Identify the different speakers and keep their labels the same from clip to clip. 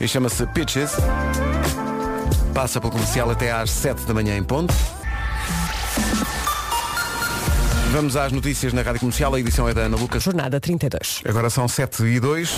Speaker 1: e chama-se Pitches. Passa pelo comercial até às 7 da manhã em ponto. Vamos às notícias na Rádio Comercial, a edição é da Ana Lucas.
Speaker 2: Jornada 32.
Speaker 1: Agora são 7 e 2.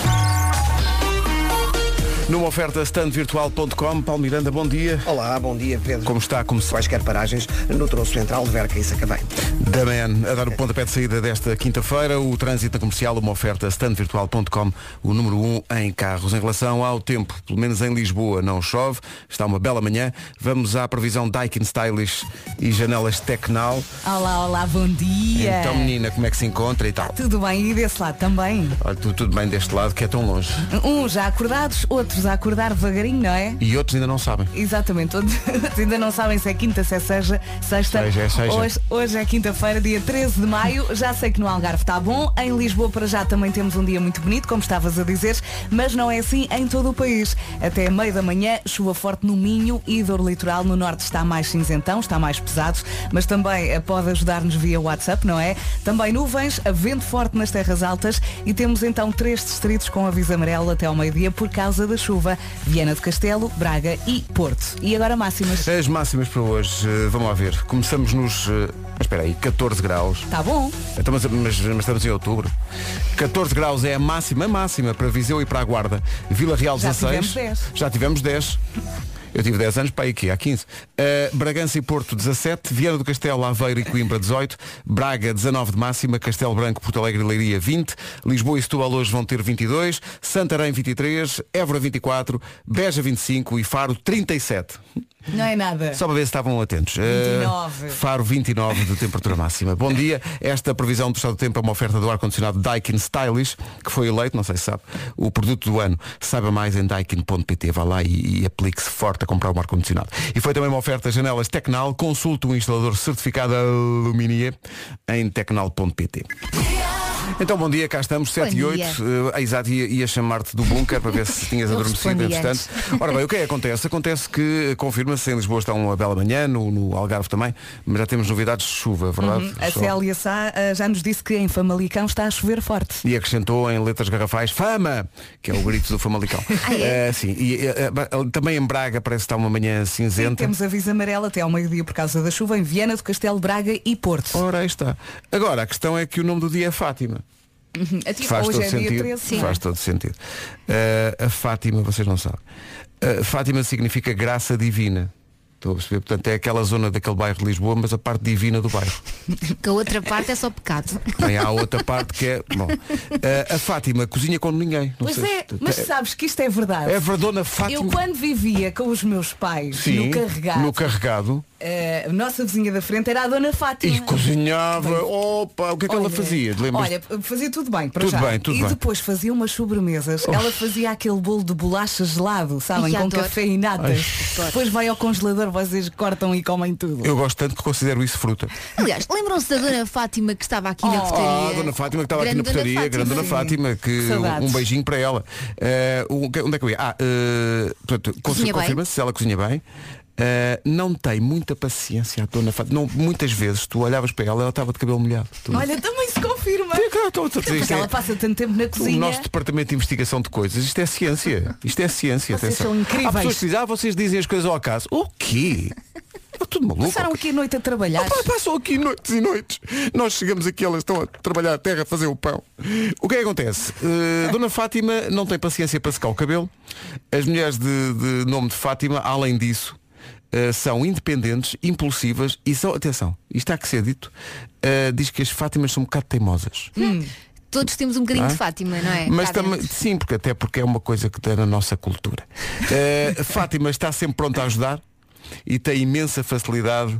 Speaker 1: Numa oferta standvirtual.com, Paulo Miranda, bom dia.
Speaker 3: Olá, bom dia, Pedro.
Speaker 1: Como está a começar?
Speaker 3: Quaisquer paragens no troço central de Verca e Sacabém.
Speaker 1: Da Man, a dar o pontapé de saída desta quinta-feira, o trânsito na comercial, uma oferta standvirtual.com, o número 1 um em carros. Em relação ao tempo, pelo menos em Lisboa não chove, está uma bela manhã. Vamos à previsão Daikin Stylish e janelas Tecnal.
Speaker 4: Olá, olá, bom dia.
Speaker 1: Então, menina, como é que se encontra e tal?
Speaker 4: Tudo bem? E desse lado também?
Speaker 1: Olha, tu- tudo bem deste lado que é tão longe.
Speaker 4: Uns já acordados, outros a acordar devagarinho, não é?
Speaker 1: E outros ainda não sabem.
Speaker 4: Exatamente, todos ainda não sabem se é quinta, se é seja, sexta.
Speaker 1: Seja, é seja.
Speaker 4: Hoje, hoje é quinta-feira, dia 13 de maio. Já sei que no Algarve está bom. Em Lisboa, para já, também temos um dia muito bonito, como estavas a dizer, mas não é assim em todo o país. Até meio da manhã, chuva forte no Minho e dor litoral. No norte está mais cinzentão, está mais pesado, mas também eh, pode ajudar-nos via WhatsApp, não é? Também nuvens, a vento forte nas terras altas e temos então três distritos com aviso amarelo até ao meio-dia por causa da chuva. Viana de Castelo, Braga e Porto. E agora máximas.
Speaker 1: As máximas para hoje, eh, vamos lá ver. Começamos nos, eh, mas espera aí, 14 graus.
Speaker 4: Está Tá bom?
Speaker 1: Então, mas, mas- mas estamos em outubro. 14 graus é a máxima, a máxima para Viseu e para a Guarda. Vila Real
Speaker 4: Já
Speaker 1: 16.
Speaker 4: tivemos 10.
Speaker 1: Já tivemos 10. Eu tive 10 anos para aqui, há 15. Eh, Bragança e Porto 17, Viana do Castelo, Aveiro e Coimbra 18, Braga 19 de máxima, Castelo Branco, Porto Alegre e Leiria 20, Lisboa e Setúbal hoje vão ter 22, Santarém 23, Évora 24, Beja 25 e Faro 37.
Speaker 4: Não é nada.
Speaker 1: Só para ver se estavam atentos. Eh,
Speaker 4: 29.
Speaker 1: Faro 29 de temperatura máxima. Bom dia. Esta previsão do estado do tempo é uma oferta do ar-condicionado Daikin Stylish, que foi eleito, não sei se sabe, o produto do ano. Saiba mais em daikin.pt. Vá lá e, e aplique-se forte a comprar um ar-condicionado. E foi também uma oferta janelas Tecnal. Consulte um instalador certificado Aluminier em tecnal.pt. Então bom dia, cá estamos, 7 e
Speaker 5: dia.
Speaker 1: 8. Eh, exato, ia, ia chamar-te do bunker para ver se tinhas
Speaker 5: Eu
Speaker 1: adormecido
Speaker 5: respondi
Speaker 1: entretanto. Ora bem, o que é que acontece? Acontece que eh, confirma-se, em Lisboa está uma bela manhã, no, no Algarve também, mas já temos novidades de chuva, é verdade?
Speaker 4: Uhum, A
Speaker 1: Só-
Speaker 4: Célia Sá ah, já nos disse que em Famalicão está a chover forte.
Speaker 1: E acrescentou em letras garrafais Fama, que é o grito do Famalicão.
Speaker 5: Ah, é?
Speaker 1: Eh, sim, e, eh, eh, também em Braga parece que está uma manhã
Speaker 4: E
Speaker 1: cinzenta.
Speaker 4: temos aviso amarelo até ao meio-dia por causa da chuva em Viana do Castelo, Braga e Porto.
Speaker 1: Ora, aí está. Agora, a questão é que o nome do dia é Fátima.
Speaker 4: Até-
Speaker 1: Oh, Faz
Speaker 4: hoje
Speaker 1: todo
Speaker 4: é dia
Speaker 1: sentido.
Speaker 4: 13.
Speaker 1: Faz todo sentido. Uh, a Fátima, vocês não sabem. Uh, Fátima significa graça divina. Estou a perceber, portanto, é aquela zona daquele bairro de Lisboa, mas a parte divina do bairro.
Speaker 5: Que a outra parte é só pecado.
Speaker 1: Bem, há outra parte que é. Bom, uh, a Fátima cozinha como ninguém. Não
Speaker 4: Pois
Speaker 1: sei
Speaker 4: é,
Speaker 1: se-
Speaker 4: mas sabes que isto é verdade.
Speaker 1: É a verdona Fátima.
Speaker 4: Eu quando vivia com os meus pais
Speaker 1: Sim,
Speaker 4: no carregado,
Speaker 1: no carregado.
Speaker 4: eh, a nossa vizinha da frente era a Dona Fátima.
Speaker 1: E cozinhava. Opa, o que é que ela
Speaker 4: Olha,
Speaker 1: fazia? Lembras?
Speaker 4: Olha, fazia tudo bem, para
Speaker 1: Tudo
Speaker 4: já.
Speaker 1: bem, tudo
Speaker 4: e
Speaker 1: bem. Oh.
Speaker 4: depois fazia umas sobremesas. Ela fazia aquele bolo de bolacha gelado, sabem,
Speaker 5: Ih,
Speaker 4: com
Speaker 5: adoro.
Speaker 4: café e natas. Depois vai ao congelador, vocês cortam e comem tudo.
Speaker 1: Eu gosto tanto que considero isso fruta.
Speaker 5: Aliás, lembram-se da Dona Fátima que estava aqui na
Speaker 4: Oh,
Speaker 5: portaria?
Speaker 1: Ah, a Dona Fátima que estava aqui
Speaker 5: Grande
Speaker 1: na portaria, grande Dona
Speaker 5: sim.
Speaker 1: Fátima, que
Speaker 4: Saudades.
Speaker 1: um beijinho para ela. Eh, o que- onde é que eu ia? Ah, eh, portanto, confi-
Speaker 5: Cozinha bem.
Speaker 1: confirma-se se ela cozinha bem. Eh, não tem muita paciência a Dona Fátima. Não, muitas vezes tu olhavas para ela, ela estava de cabelo molhado. Tu-
Speaker 4: Olha, também se confirma.
Speaker 1: Sim, claro, estou a dizer,
Speaker 4: Porque
Speaker 1: isto é-
Speaker 4: ela passa tanto tempo na
Speaker 1: o
Speaker 4: cozinha.
Speaker 1: nosso departamento de investigação de coisas, isto é ciência. Isto é ciência.
Speaker 4: Vocês
Speaker 1: atenção.
Speaker 4: são incríveis.
Speaker 1: Há pessoas que dizem, ah, vocês dizem as coisas ao acaso. O quê? Está tudo maluco.
Speaker 4: Passaram aqui a noite a trabalhar.
Speaker 1: Opa, passam aqui noites e noites. Nós chegamos aqui, elas estão a trabalhar a terra, a fazer o pão. O que é que acontece? Eh, Dona Fátima não tem paciência para secar o cabelo. As mulheres de, de nome de Fátima, além disso, eh, são independentes, impulsivas e são, atenção, isto há que ser dito, eh, diz que as Fátimas são um bocado teimosas.
Speaker 5: Hum. Todos temos um bocadinho
Speaker 1: Não é?
Speaker 5: de Fátima, não é?
Speaker 1: Mas
Speaker 5: Cá
Speaker 1: também,
Speaker 5: dentro.
Speaker 1: sim, porque até porque é uma coisa que está na nossa cultura. Eh, Fátima está sempre pronta a ajudar e tem imensa facilidade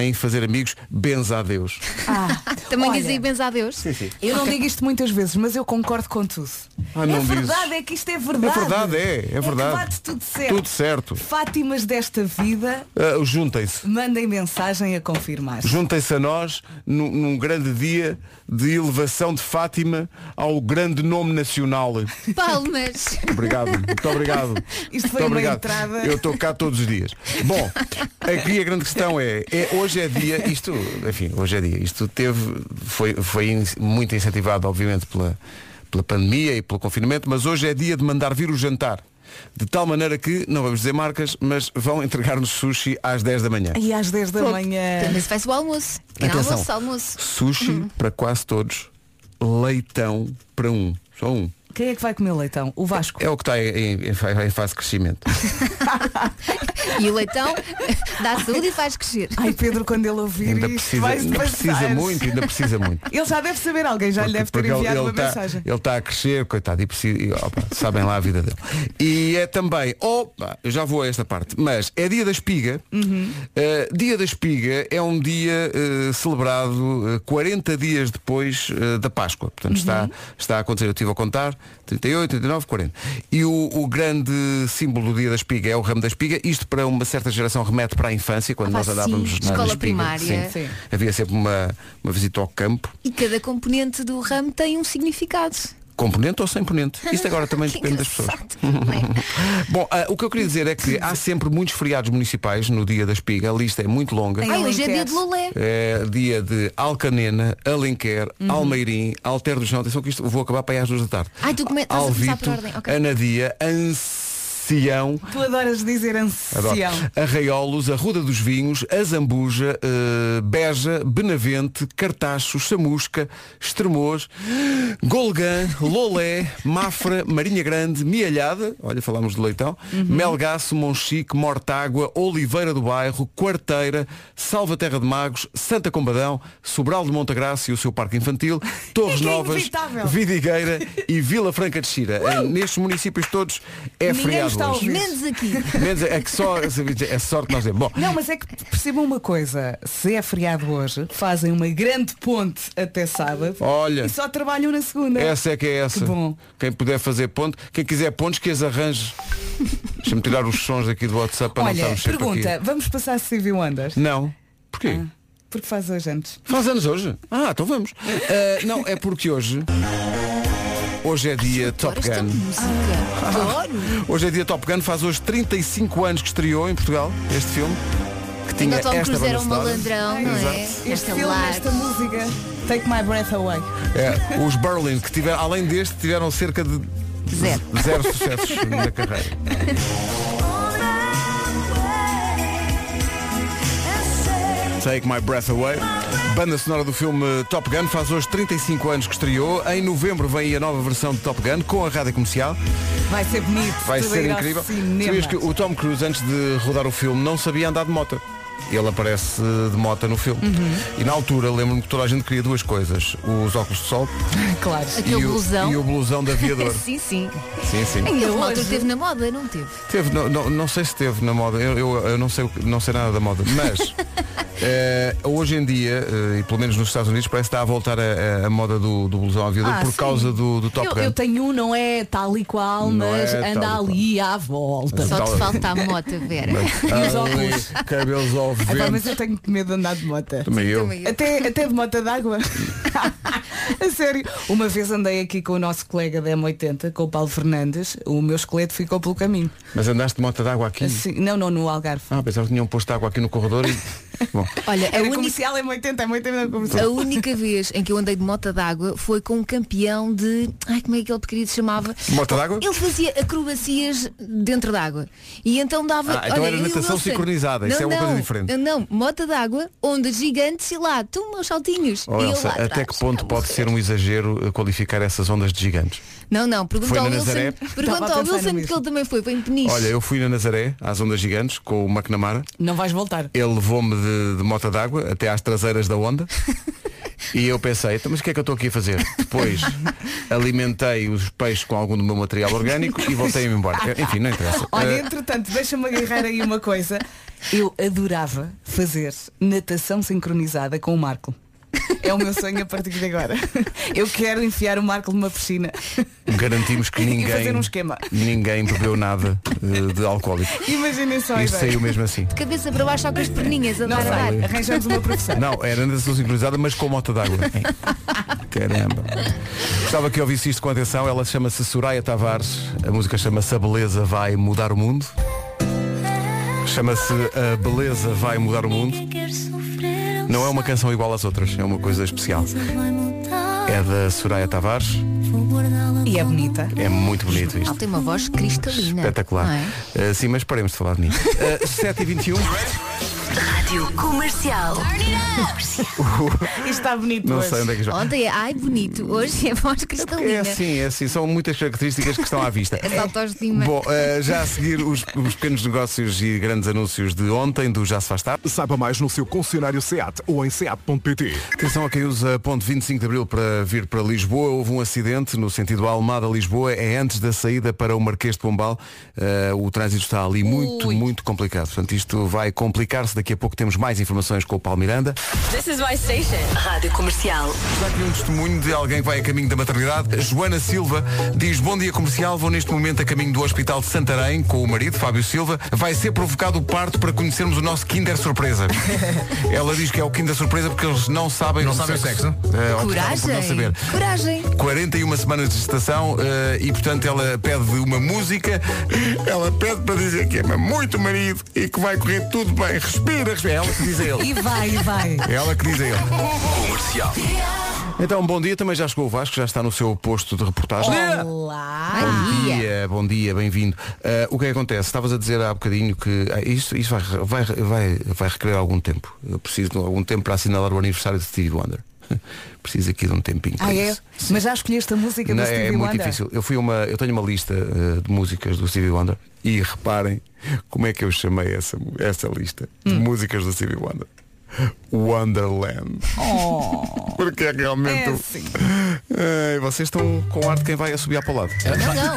Speaker 1: em fazer amigos, benza a Deus.
Speaker 4: Ah,
Speaker 5: Também
Speaker 4: olha,
Speaker 5: dizem bens a Deus.
Speaker 4: Eu não digo isto muitas vezes, mas eu concordo com tudo.
Speaker 1: Ah,
Speaker 4: é
Speaker 1: não
Speaker 4: verdade,
Speaker 1: dizes.
Speaker 4: é que isto é verdade.
Speaker 1: É verdade, é, é verdade.
Speaker 4: que bate tudo certo.
Speaker 1: Tudo certo.
Speaker 4: Fátimas desta vida,
Speaker 1: Ah, juntem-se.
Speaker 4: mandem mensagem a confirmar.
Speaker 1: Juntem-se a nós num, num grande dia de elevação de Fátima ao grande nome nacional.
Speaker 5: Palmas.
Speaker 1: Obrigado, muito obrigado.
Speaker 4: Isto foi
Speaker 1: muito
Speaker 4: uma
Speaker 1: obrigado.
Speaker 4: entrada.
Speaker 1: Eu estou cá todos os dias. Bom, aqui a grande questão é, é hoje é dia, isto, enfim, hoje é dia, isto teve, foi, foi in- muito incentivado, obviamente, pela, pela pandemia e pelo confinamento, mas hoje é dia de mandar vir o jantar. De tal maneira que, não vamos dizer marcas, mas vão entregar-nos sushi às 10 da manhã.
Speaker 4: E às 10 da manhã.
Speaker 5: Também se faz o almoço. Pequeno
Speaker 1: É. Atenção,
Speaker 5: almoço, almoço.
Speaker 1: sushi
Speaker 4: Uhum.
Speaker 1: para quase todos, leitão para um. Só um.
Speaker 4: Quem é que vai comer leitão? O Vasco.
Speaker 1: É o que está em, em fa- em fase de crescimento.
Speaker 5: E o leitão dá saúde e faz crescer.
Speaker 4: Ai Pedro, quando ele ouvir
Speaker 1: Ainda
Speaker 4: isto,
Speaker 1: precisa,
Speaker 4: vai-se
Speaker 1: ainda precisa
Speaker 4: passar.
Speaker 1: muito, ainda precisa muito.
Speaker 4: Ele já deve saber alguém, já lhe deve ter
Speaker 1: Porque ele-
Speaker 4: enviado
Speaker 1: ele
Speaker 4: uma
Speaker 1: tá-
Speaker 4: mensagem.
Speaker 1: Ele está a crescer, coitado, e precisa. e, opa, sabem lá a vida dele. E é também, opa, eu já vou a esta parte, mas é dia da espiga.
Speaker 4: Uhum.
Speaker 1: Uh, dia da espiga é um dia uh, celebrado uh, 40 dias depois uh, da Páscoa. Portanto,
Speaker 4: Uhum.
Speaker 1: está, está a acontecer, eu estive a contar, 38, 39, 40. E o, o grande símbolo do dia da espiga é o ramo da espiga. Isto para uma certa geração remete para a infância, quando
Speaker 5: Ah,
Speaker 1: nós
Speaker 5: sim,
Speaker 1: andávamos na- na
Speaker 5: escola
Speaker 1: espiga.
Speaker 5: primária.
Speaker 1: Sim.
Speaker 4: Sim.
Speaker 1: Havia sempre uma, uma visita ao campo,
Speaker 5: E cada componente do ramo tem um significado.
Speaker 1: componente ou sem ponente. Isto agora também
Speaker 5: Que
Speaker 1: depende das pessoas.
Speaker 5: engraçado, não é?
Speaker 1: Bom, ah, o que eu queria dizer é que há sempre muitos feriados municipais no dia da espiga, a lista é muito longa.
Speaker 4: Em
Speaker 5: Ai, hoje é
Speaker 4: Alenquer.
Speaker 5: dia de lolé.
Speaker 1: É dia de Alcanena, Alenquer,
Speaker 5: Uhum.
Speaker 1: Almeirim, Alter do Chão, atenção que isto vou acabar para aí às duas da tarde.
Speaker 5: Ai, tu come- estás a começar
Speaker 1: Alvito,
Speaker 5: por ordem, ok.
Speaker 1: Anadia, Ancião,
Speaker 4: Tu adoras dizer
Speaker 1: Adoro.
Speaker 4: ancião.
Speaker 1: Arraiolos, Arruda dos Vinhos, Azambuja, eh, Beja, Benavente, Cartacho, Chamusca, Estremoz, Golgã, Lolé, Mafra, Marinha Grande, Mialhada, olha, falámos de leitão,
Speaker 4: Uhum.
Speaker 1: Melgaço, Monchique, Mortágua, Oliveira do Bairro, Quarteira, Salvaterra de Magos, Santa Combadão, Sobral de Montagraça e o seu Parque Infantil, Torres
Speaker 4: É que é
Speaker 1: Novas,
Speaker 4: inevitável.
Speaker 1: Vidigueira e Vila Franca de Xira. Eh, Nestes municípios todos é
Speaker 4: Ninguém
Speaker 1: feriado
Speaker 4: está a
Speaker 1: hoje.
Speaker 4: ouvir.
Speaker 5: Menos aqui.
Speaker 1: Menos é que só é sorte nós temos. Bom,
Speaker 4: Não, mas é que percebam uma coisa, se é feriado hoje, fazem uma grande ponte até sábado
Speaker 1: olha,
Speaker 4: e só trabalham na segunda.
Speaker 1: essa é que é essa.
Speaker 4: Que bom.
Speaker 1: Quem puder fazer ponto, quem quiser pontos, que as arranje. Deixa-me tirar os sons aqui do WhatsApp para não
Speaker 4: Olha,
Speaker 1: estarmos sempre
Speaker 4: pergunta, Ah.
Speaker 1: aqui.
Speaker 4: vamos passar a Stevie Wonder?
Speaker 1: Não. Porquê?
Speaker 4: Porque faz hoje antes.
Speaker 1: Faz anos hoje? Ah, então vamos. Ah, não, é porque hoje. Hoje é dia Top
Speaker 5: Adoro esta
Speaker 1: Gun.
Speaker 5: música. Adoro.
Speaker 1: Hoje é dia Top Gun, faz hoje 35 anos que estreou em Portugal este filme. Que tinha
Speaker 5: Ainda o Tom
Speaker 1: esta
Speaker 5: Cruise
Speaker 1: banda
Speaker 5: era um
Speaker 1: sonora.
Speaker 5: malandrão, não é?
Speaker 1: Exato.
Speaker 4: Este um
Speaker 5: Esta
Speaker 4: filme,
Speaker 5: lar.
Speaker 4: esta música, Take My Breath Away.
Speaker 1: É, os Berlin, que tiveram, além deste, tiveram cerca de
Speaker 5: Zero.
Speaker 1: zero sucessos na carreira. Take My Breath Away. Banda sonora do filme Top Gun faz hoje 35 anos que estreou. Em novembro vem aí a nova versão de Top Gun com a rádio comercial.
Speaker 4: Vai ser bonito.
Speaker 1: Vai
Speaker 4: tudo
Speaker 1: ser
Speaker 4: ir ao
Speaker 1: incrível.
Speaker 4: Cinema.
Speaker 1: Sabias que o Tom Cruise, antes de rodar o filme, não sabia andar de moto. Ele aparece eh, de moto no filme.
Speaker 4: Uhum.
Speaker 1: E na altura, lembro-me que toda a gente queria duas coisas. Os óculos de sol
Speaker 4: Claro.
Speaker 1: e
Speaker 5: Aquele
Speaker 1: o,
Speaker 5: blusão.
Speaker 1: e o blusão de aviador.
Speaker 5: Sim, sim.
Speaker 1: sim, sim.
Speaker 5: Ainda
Speaker 4: hoje-
Speaker 5: uma altura teve na moda, não teve?
Speaker 1: Teve, não, não, não sei se teve na moda, eu, eu, eu não, sei, o que- não sei nada da moda, mas eh, hoje em dia, eh, e pelo menos nos Estados Unidos, parece que está a voltar a, a- a moda do, do blusão aviador
Speaker 4: Ah,
Speaker 1: por
Speaker 4: sim.
Speaker 1: causa do, do Top
Speaker 4: eu,
Speaker 1: Gun.
Speaker 4: eu tenho um, não é tal e qual,
Speaker 1: Não
Speaker 4: mas
Speaker 1: é tal e
Speaker 4: anda
Speaker 1: qual.
Speaker 4: ali à volta.
Speaker 5: Só
Speaker 1: Tal-
Speaker 5: te falta a moto, Vera.
Speaker 4: os
Speaker 1: Ali, cabelos ao
Speaker 4: Ah, pá,
Speaker 1: vento.
Speaker 4: mas eu tenho medo de andar de moto.
Speaker 1: Também eu.
Speaker 5: Também eu.
Speaker 4: Até, até de mota d'água. a sério. Uma vez andei aqui com o nosso colega da M80, com o Paulo Fernandes, o meu esqueleto ficou pelo caminho.
Speaker 1: Mas andaste de moto de água aqui?
Speaker 4: Assim, não, não, no Algarve.
Speaker 1: Ah, pensava que tinham posto água aqui no corredor e. Bom,
Speaker 5: Olha, a
Speaker 4: Era
Speaker 5: única,
Speaker 4: comercial M80, é M80 era comercial.
Speaker 5: a única vez em que eu andei de moto d'água foi com um campeão de. Ai, como é que ele querido se chamava?
Speaker 1: moto de água?
Speaker 5: Ele fazia acrobacias dentro d'água. E então dava.
Speaker 1: Ah, então
Speaker 5: olha,
Speaker 1: era
Speaker 5: eu não
Speaker 1: natação
Speaker 5: sei.
Speaker 1: sincronizada,
Speaker 5: não,
Speaker 1: isso é uma
Speaker 5: não,
Speaker 1: coisa diferente.
Speaker 5: Não, moto d'água, ondas gigantes e lá, tu meus saltinhos.
Speaker 1: Oh,
Speaker 5: e eu
Speaker 1: Elsa,
Speaker 5: lá
Speaker 1: até
Speaker 5: atrás.
Speaker 1: que ponto
Speaker 5: Ah,
Speaker 1: pode
Speaker 5: morrer.
Speaker 1: ser um exagero eh, qualificar essas ondas de gigantes?
Speaker 5: Não, não,
Speaker 1: Foi
Speaker 5: pergunta
Speaker 1: na
Speaker 5: ao Wilson.
Speaker 1: Nazaré?
Speaker 5: Pergunta
Speaker 4: Estava a
Speaker 5: ao
Speaker 4: pensar no
Speaker 5: Wilson
Speaker 4: mesmo.
Speaker 5: que ele também foi, foi em Peniche.
Speaker 1: Olha, eu fui na Nazaré, às ondas gigantes, com o McNamara.
Speaker 4: Não vais voltar.
Speaker 1: Ele levou-me de, de mota d'água até às traseiras da onda. E eu pensei, então, mas o que é que eu estou aqui a fazer? Depois alimentei os peixes com algum do meu material orgânico e voltei-me embora. Enfim, não interessa.
Speaker 4: Olha,
Speaker 1: Eh,
Speaker 4: entretanto, deixa-me agarrar aí uma coisa. Eu adorava fazer natação sincronizada com o Marco. É o meu sonho a partir de agora. Eu quero enfiar o Marco numa piscina.
Speaker 1: Eh, garantimos que
Speaker 4: E
Speaker 1: ninguém,
Speaker 4: fazer um esquema.
Speaker 1: ninguém bebeu nada eh, de alcoólico.
Speaker 4: Imaginem só a
Speaker 1: Isto
Speaker 4: ideia.
Speaker 1: saiu mesmo assim.
Speaker 5: De cabeça para baixo, só com as perninhas a
Speaker 4: Não
Speaker 5: dar ar.
Speaker 4: vai, arranjamos uma profissão.
Speaker 1: Não, é era natação sincronizada, mas com mota d'água. Caramba. Gostava que ouvisse isto com atenção. Ela chama-se Soraya Tavares. A música chama-se A Beleza Vai Mudar o Mundo. Chama-se A Beleza Vai Mudar o Mundo. Não é uma canção igual às outras, é uma coisa especial. É da Soraya Tavares.
Speaker 4: E é bonita.
Speaker 1: É muito bonito
Speaker 5: Ela
Speaker 1: isto.
Speaker 5: tem uma voz cristalina.
Speaker 1: Espetacular.
Speaker 5: não é?
Speaker 1: Eh, sim, mas paremos de falar nisso. Eh, 7h21.
Speaker 2: Rádio Comercial.
Speaker 4: Isto está bonito
Speaker 1: Não
Speaker 4: hoje.
Speaker 1: sei onde é que já.
Speaker 5: Ontem é ai bonito, hoje é voz cristalina.
Speaker 1: É assim, é assim, são muitas características que estão à vista.
Speaker 5: Essa autoestima.
Speaker 1: Bom, eh, já a seguir os, os pequenos negócios e grandes anúncios de ontem, do Já Se Faz Tarde.
Speaker 6: Saiba mais no seu concessionário SEAT ou em seat.pt.
Speaker 1: Atenção a quem usa ponto 25 de Abril para vir para Lisboa. Houve um acidente no sentido Almada-Lisboa. É antes da saída para o Marquês de Pombal. Eh, o trânsito está ali muito, muito complicado. Portanto, isto vai complicar-se. Daqui a pouco temos mais informações com o Paulo Miranda.
Speaker 2: This is my station. Rádio Comercial.
Speaker 1: Está aqui um testemunho de alguém que vai a caminho da maternidade. Joana Silva diz, bom dia comercial, vou neste momento a caminho do Hospital de Santarém com o marido, Fábio Silva. Vai ser provocado o parto para conhecermos o nosso Kinder Surpresa. Ela diz que é o Kinder Surpresa porque eles não sabem, não
Speaker 7: sabem o sexo.
Speaker 1: É, optaram por Não
Speaker 5: Coragem.
Speaker 1: saber.
Speaker 5: Coragem.
Speaker 1: 41 semanas de gestação eh, e portanto ela pede uma música ela pede para dizer que ama muito o marido e que vai correr tudo bem respira, respira, É ela que diz a ele
Speaker 4: E vai, e vai.
Speaker 1: é ela que diz a ele. Comercial. Então, bom dia. Também já chegou o Vasco, já está no seu posto de reportagem.
Speaker 4: Olá.
Speaker 1: Bom
Speaker 5: Ai, ia.
Speaker 1: dia, bom dia, bem-vindo. Ah, o que é que acontece? Estavas a dizer há bocadinho que ah, isto, isto vai, vai, vai, vai requerer algum tempo. Eu preciso de algum tempo para assinalar o aniversário de Stevie Wonder. Preciso aqui de um tempinho para
Speaker 4: Ah, é?
Speaker 1: isso.
Speaker 4: Mas já escolheste a música
Speaker 1: Não,
Speaker 4: do Stevie
Speaker 1: é muito
Speaker 4: Wonder?
Speaker 1: difícil. Eu, fui a uma, eu tenho uma lista eh, de músicas do Stevie Wonder e reparem como é que eu chamei essa, essa lista
Speaker 4: Hum.
Speaker 1: de músicas do Stevie Wonder. Wonderland. Porque é realmente.
Speaker 4: É
Speaker 1: o-
Speaker 4: assim.
Speaker 1: Ai, vocês estão com ar de quem vai a subir para o lado.
Speaker 7: É.
Speaker 5: Não, não.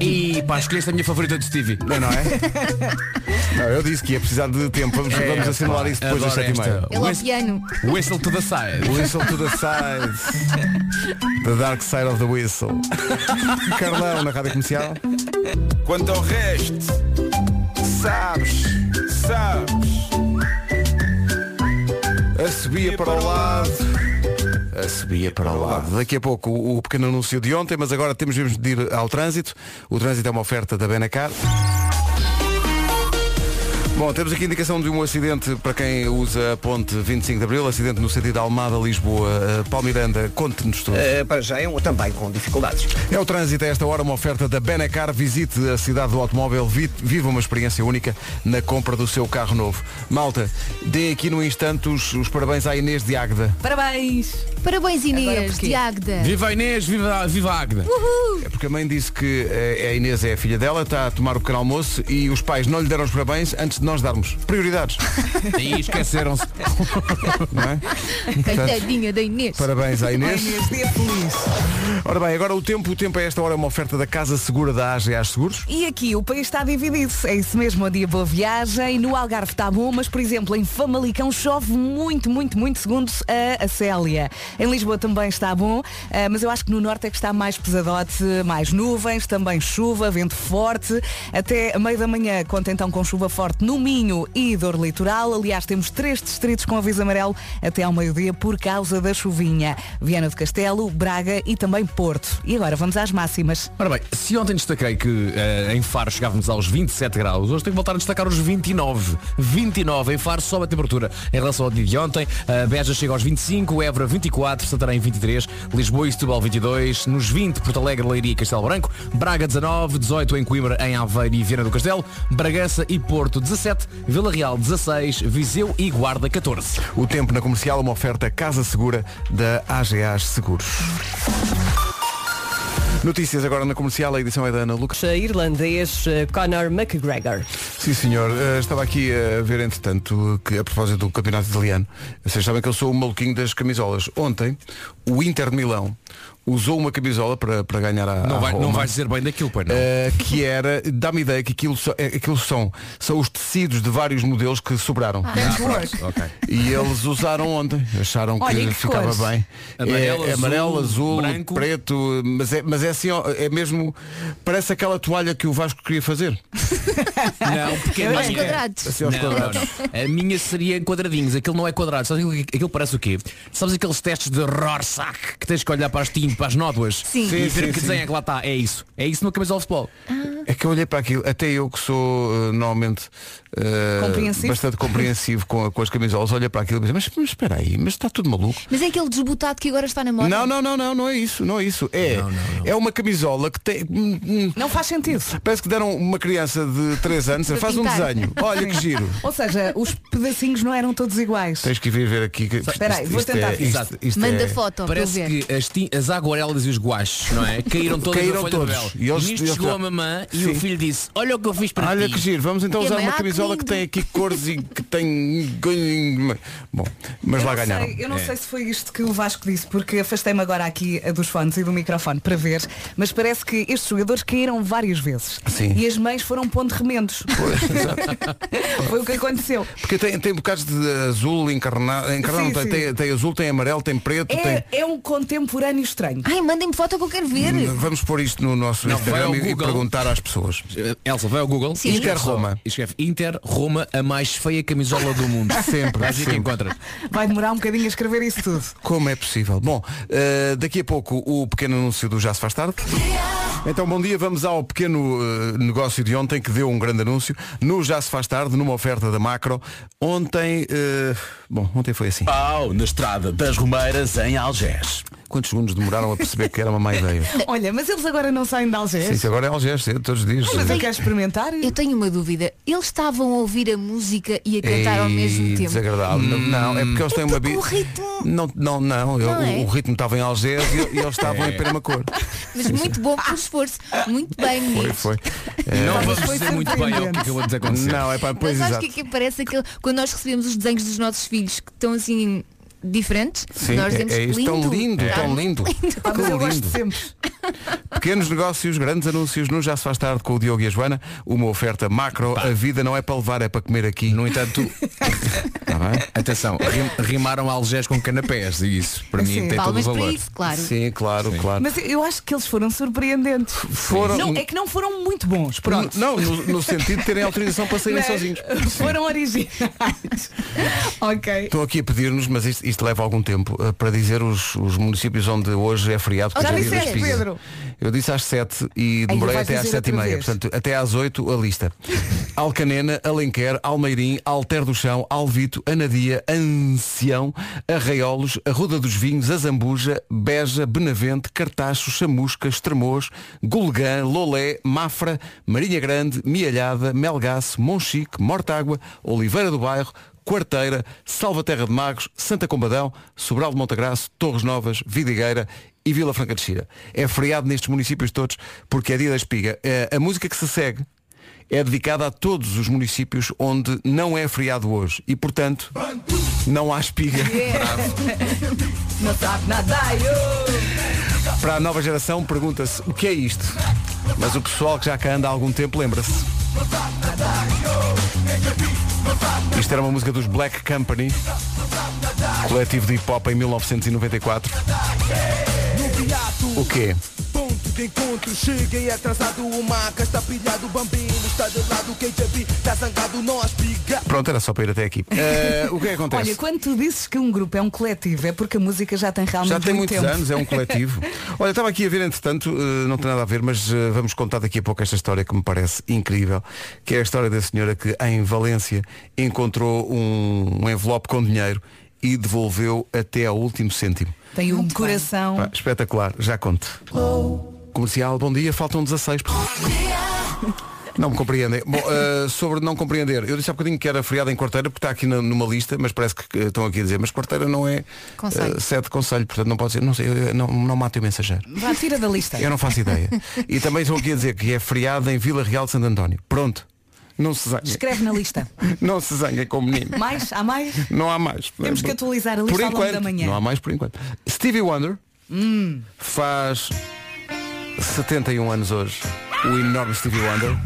Speaker 7: E pá, escolheste a minha favorita de Stevie.
Speaker 1: Não, não é? não, eu disse que ia precisar de tempo. Vamos, vamos assinalar isso depois das
Speaker 7: É,
Speaker 1: 7
Speaker 7: Adoro
Speaker 1: e meia.
Speaker 7: esta.
Speaker 5: Ele ao
Speaker 7: Whis-
Speaker 5: piano.
Speaker 7: Whistle to the side.
Speaker 1: Whistle to the side. The dark side of the whistle. Carlão na rádio comercial.
Speaker 8: Quanto ao resto, sabes, sabes.
Speaker 1: A subia para o lado. A subia para o lado. Daqui a pouco o, o pequeno anúncio de ontem, mas agora temos mesmo de ir ao trânsito. O trânsito é uma oferta da Benacar. Bom, temos aqui indicação de um acidente para quem usa a ponte 25 de Abril, acidente no sentido Almada-Lisboa. Uh, Palmiranda, conte-nos tudo.
Speaker 3: Eh, para já é um, também com dificuldades.
Speaker 1: É o trânsito a esta hora, uma oferta da Benacar. Visite a cidade do automóvel, vi- viva uma experiência única na compra do seu carro novo. Malta, dê aqui no instante os, os parabéns à Inês de Águeda.
Speaker 4: Parabéns.
Speaker 5: Parabéns
Speaker 4: Agora
Speaker 5: Inês,
Speaker 4: porquê?
Speaker 5: de Agda.
Speaker 7: Viva a Inês, viva, viva a Agda.
Speaker 1: É porque a mãe disse que eh, a Inês é a filha dela, está a tomar o pequeno almoço e os pais não lhe deram os parabéns antes de nós darmos. Prioridades.
Speaker 7: E esqueceram-se.
Speaker 1: não é?
Speaker 5: Coitadinha da Inês.
Speaker 1: Parabéns à
Speaker 4: Ai,
Speaker 1: Inês.
Speaker 4: Inês, dia feliz.
Speaker 1: Ora bem, agora o tempo, o tempo a esta hora é uma oferta da Casa Segura da AGA Seguros.
Speaker 4: E aqui o país está dividido. É isso mesmo, a dia boa viagem. No Algarve está bom, mas por exemplo em Famalicão chove muito, muito, muito, segundo a, a Célia. Em Lisboa também está bom, eh, mas eu acho que no norte é que está mais pesadote, mais nuvens, também chuva, vento forte. Até a meio da manhã conta então com chuva forte no Minho e dor litoral. Aliás, temos três distritos com aviso amarelo até ao meio-dia por causa da chuvinha. Viana do Castelo, Braga e também Porto. E agora vamos às máximas.
Speaker 7: Ora bem, se ontem destaquei que eh, em Faro chegávamos aos 27 graus, hoje tenho que voltar a destacar os 29. 29 em Faro sobe a temperatura em relação ao dia de ontem. Eh, Beja chega aos 25, Évora 24, Santarém 23, Lisboa e Setúbal 22, nos 20 Porto Alegre, Leiria e Castelo Branco, Braga 19, 18 em Coimbra, em Aveiro e Viana do Castelo, Bragança e Porto 17, Vila Real 16, Viseu e Guarda 14.
Speaker 1: O tempo na comercial é uma oferta Casa Segura da AGA Seguros. Notícias agora na comercial, a edição é da Ana Lucas.
Speaker 9: irlandês eh, Conor McGregor.
Speaker 1: Sim, senhor. Eh, estava aqui a ver, entretanto, que a propósito do campeonato italiano, vocês sabem que eu sou o maluquinho das camisolas. Ontem, o Inter de Milão usou uma camisola para, para ganhar a.
Speaker 7: Não,
Speaker 1: a
Speaker 7: vai,
Speaker 1: Roma.
Speaker 7: não vais dizer bem daquilo, pai, não.
Speaker 1: Uh, que era, dá-me ideia que aquilo, so- é- aquilo são, são os tecidos de vários modelos que sobraram.
Speaker 4: Ah.
Speaker 7: Ah,
Speaker 1: E eles usaram ontem, acharam
Speaker 4: Olha,
Speaker 1: que,
Speaker 4: em que
Speaker 1: ficava
Speaker 4: cores?
Speaker 1: bem.
Speaker 7: Amarelo,
Speaker 1: é,
Speaker 7: azul,
Speaker 1: amarelo, azul,
Speaker 7: branco.
Speaker 1: preto, mas é, mas é assim, ó, é mesmo, parece aquela toalha que o Vasco queria fazer. um
Speaker 7: Não, porque a
Speaker 5: Aos
Speaker 7: minha-
Speaker 5: quadrados.
Speaker 1: Assim aos
Speaker 7: Não,
Speaker 1: quadrados.
Speaker 7: não, não. A minha seria em quadradinhos, aquilo não é quadrado. Sabes aquilo, aquilo parece o quê? Sabes aqueles testes de Rorschach que tens que olhar para as tintas, para as nódoas
Speaker 5: Sim.
Speaker 7: e
Speaker 1: Sim,
Speaker 7: ver
Speaker 1: sim,
Speaker 7: que
Speaker 1: sim.
Speaker 7: desenho é que lá está? É isso. É isso no camisola de futebol.
Speaker 1: É que eu olhei para aquilo, até eu que sou eh, normalmente eh,
Speaker 4: Compreensivo.
Speaker 1: bastante compreensivo com, a- com as camisolas, olha para aquilo e pensa, mas, mas espera aí, mas está tudo maluco.
Speaker 5: Mas é aquele desbotado que agora está na moda.
Speaker 1: Não, não, não, não, não é isso, não é isso. É, é uma camisola que tem. hum, hum,
Speaker 4: Não faz sentido.
Speaker 1: Parece que deram uma criança de 3 anos,
Speaker 5: Para
Speaker 1: faz um
Speaker 5: pintar."
Speaker 1: desenho. Olha que giro.
Speaker 4: Ou seja, os pedacinhos não eram todos iguais.
Speaker 1: Tens que vir ver aqui. que isto-
Speaker 4: Espera aí, vou
Speaker 1: isto
Speaker 4: tentar.
Speaker 1: é- isto-
Speaker 7: Exato.
Speaker 1: isto
Speaker 5: Manda
Speaker 1: é-
Speaker 5: foto para eu
Speaker 7: Parece
Speaker 5: ver.
Speaker 7: que as, ti- as aguarelas e os guaches, não é? Caíram todas
Speaker 1: Caíram
Speaker 7: na folha
Speaker 1: todos.
Speaker 7: de papel.
Speaker 1: E eles-
Speaker 7: Nisto
Speaker 1: eles-
Speaker 7: chegou a mamã e o
Speaker 1: Sim.
Speaker 7: filho disse, olha o que eu fiz para
Speaker 1: Olha
Speaker 7: ti.
Speaker 1: que giro, vamos então
Speaker 5: Que
Speaker 1: usar
Speaker 4: é
Speaker 5: mãe,
Speaker 1: uma
Speaker 5: ah, que
Speaker 1: camisola que
Speaker 5: lindo.
Speaker 1: tem aqui cores e que tem. hum, Bom, mas
Speaker 4: Eu
Speaker 1: lá É.
Speaker 4: não
Speaker 1: ganharam.
Speaker 4: sei- eu não sei se foi isto que o Vasco disse, porque afastei-me agora aqui eh, dos fones e do microfone para ver, mas parece que estes jogadores caíram várias vezes.
Speaker 1: Sim.
Speaker 4: E as mães foram pondo remendos. foi o que aconteceu.
Speaker 1: Porque tem, tem bocados de azul encarnado. encarnado
Speaker 4: Sim,
Speaker 1: não, tem,
Speaker 4: sim.
Speaker 1: tem- tem azul, tem amarelo, tem preto, tem.
Speaker 4: É, é um contemporâneo estranho.
Speaker 5: Ai, mandem-me foto que eu quero ver.
Speaker 1: Hum, Vamos pôr isto no nosso
Speaker 7: Não, vai
Speaker 1: Instagram
Speaker 7: ao
Speaker 1: e- e
Speaker 7: Google.
Speaker 1: perguntar às pessoas.
Speaker 7: Eh, Elsa, vai ao Google
Speaker 5: Sim.
Speaker 7: escreve
Speaker 1: Inter
Speaker 7: só-
Speaker 1: Roma.
Speaker 7: e Escreve Inter Roma, a mais feia camisola do mundo.
Speaker 1: Sempre,
Speaker 7: Vais ver que
Speaker 1: sempre.
Speaker 7: encontras.
Speaker 4: Vai demorar um bocadinho a escrever isso tudo.
Speaker 1: Como é possível? Bom, eh, daqui a pouco o pequeno anúncio do Já se faz tarde. Então, bom dia, vamos ao pequeno eh, negócio de ontem que deu um grande anúncio no Já se faz tarde, numa oferta da Macro. Ontem, eh, bom, ontem foi assim.
Speaker 10: Pau na estrada das Romeiras em Algés.
Speaker 1: Quantos segundos demoraram a perceber que era uma má ideia?
Speaker 4: Olha, mas eles agora não saem de
Speaker 1: Sim,
Speaker 4: Algés.
Speaker 1: isso agora é Algés, cedo, todos os dias.
Speaker 4: assim. Mas é eu quero experimentar.
Speaker 5: Eu tenho uma dúvida. Eles estavam a ouvir a música e a cantar ao
Speaker 1: Ei,
Speaker 5: mesmo tempo.
Speaker 1: desagradável. Não, é porque eles têm
Speaker 5: porque
Speaker 1: uma bi-
Speaker 5: o ritmo-
Speaker 1: Não, não, não. eu-
Speaker 5: Não é?
Speaker 1: o, o ritmo estava em Algés e, e eles estavam
Speaker 7: É.
Speaker 1: em Penamacor.
Speaker 5: Mas muito bom pelo esforço. Muito bem,
Speaker 1: Foi,
Speaker 5: meninos.
Speaker 1: foi. É.
Speaker 7: Não vamos
Speaker 4: foi
Speaker 7: dizer muito bem ao que
Speaker 4: surpreendente.
Speaker 7: acabou de acontecer.
Speaker 1: Não, é para pois
Speaker 5: Mas acho
Speaker 1: exato.
Speaker 5: que aqui parece aquele. Quando nós recebemos os desenhos dos nossos filhos que estão assim diferentes,
Speaker 1: Sim,
Speaker 5: nós
Speaker 1: é,
Speaker 5: dizemos
Speaker 1: é
Speaker 5: que
Speaker 1: isto,
Speaker 5: lindo.
Speaker 1: tão lindo,
Speaker 5: Tá
Speaker 1: tão lindo.
Speaker 4: Ah, mas eu
Speaker 1: Tão
Speaker 4: gosto
Speaker 1: lindo.
Speaker 4: sempre.
Speaker 1: Pequenos negócios, grandes anúncios, no Já se faz tarde com o Diogo e a Joana. Uma oferta macro, a vida não é para levar, é para comer aqui.
Speaker 7: No entanto,
Speaker 1: Está bem?
Speaker 7: atenção, rim- rimaram algés com canapés e isso, para mim,
Speaker 4: Sim.
Speaker 7: tem todo o
Speaker 5: Palmas para
Speaker 7: valor.
Speaker 5: isso, claro.
Speaker 1: Sim, claro, claro.
Speaker 4: Mas eu acho que eles foram surpreendentes.
Speaker 1: Foram- um-
Speaker 4: Não, é que não foram muito bons. Pronto.
Speaker 1: Não, no, no sentido de terem autorização para saírem
Speaker 4: Mas
Speaker 1: sozinhos.
Speaker 4: Né? Foram originais. ok.
Speaker 1: Estão aqui a pedir-nos, mas isto, isto leva algum tempo, eh, para dizer os, os municípios onde hoje é feriado. porque
Speaker 4: Já
Speaker 1: é dia das
Speaker 4: disseste,
Speaker 1: pizzas.
Speaker 4: Pedro.
Speaker 1: Eu disse às 7 e demorei
Speaker 4: vais
Speaker 1: até às
Speaker 4: dizer
Speaker 1: 7 e
Speaker 4: outra
Speaker 1: meia.
Speaker 4: vez.
Speaker 1: Portanto, até às 8 a lista. Alcanena, Alenquer, Almeirim, Alter do Chão, Alvito, Anadia, Ancião, Arraiolos, Arruda dos Vinhos, Azambuja, Beja, Benavente, Cartacho, Chamusca, Estremoz, Gulgã, Lolé, Mafra, Marinha Grande, Mialhada, Melgaço, Monchique, Mortágua, Oliveira do Bairro, Quarteira, Salvaterra de Magos, Santa Combadão, Sobral de Montagraço, Torres Novas, Vidigueira e Vila Franca de Xira. É feriado nestes municípios todos porque é dia da espiga. Eh, A música que se segue é dedicada a todos os municípios onde não é feriado hoje e, portanto, não há espiga.
Speaker 4: Não sabe nada. eu.
Speaker 1: Para a nova geração pergunta-se o que é isto? Mas o pessoal que já cá anda há algum tempo lembra-se. Isto era uma música dos Black Company, coletivo de hip hop em 1994. O quê?
Speaker 10: Ponto de encontro, cheguei atrasado, o maca está pilhado, o bambino está de lado, quem te vi, está zangado, não aspiga.
Speaker 1: Pronto, era só para ir até aqui. Eh, o que é que acontece?
Speaker 4: Olha, quando tu dizes que um grupo é um coletivo, é porque a música já tem realmente
Speaker 1: Já tem
Speaker 4: muito
Speaker 1: muitos
Speaker 4: tempo.
Speaker 1: anos, é um coletivo. Olha, estava aqui a ver, entretanto, eh, não tem nada a ver, mas eh, vamos contar daqui a pouco esta história que me parece incrível, que é a história da senhora que em Valência encontrou um, um envelope com dinheiro e devolveu até ao último cêntimo.
Speaker 4: Tem um
Speaker 5: Muito bem.
Speaker 4: coração.
Speaker 1: Pá, espetacular, já conto. Comercial, bom dia, faltam 16. Não me compreendem. Bom, eh, sobre não compreender, eu disse há bocadinho que era feriado em quarteira, porque está aqui na- numa lista, mas parece que eh, estão aqui a dizer, mas quarteira não é
Speaker 5: Conselho.
Speaker 1: eh, sede de conselho, portanto não pode ser, não sei, eu- eu não, não matem o mensageiro.
Speaker 4: Vá, tira da lista.
Speaker 1: Eu não faço ideia. e também estão aqui a dizer que é feriado em Vila Real de Santo António. Pronto. Não se zanguem.
Speaker 4: Escreve na lista.
Speaker 1: Não se zanguem com o menino.
Speaker 4: Mais? Há mais?
Speaker 1: Não há mais.
Speaker 4: Temos que atualizar a
Speaker 1: Por
Speaker 4: lista ao longo
Speaker 1: enquanto.
Speaker 4: da manhã.
Speaker 1: Não há mais por enquanto. Stevie Wonder
Speaker 5: Hum.
Speaker 1: faz 71 anos hoje. O enorme Stevie Wonder.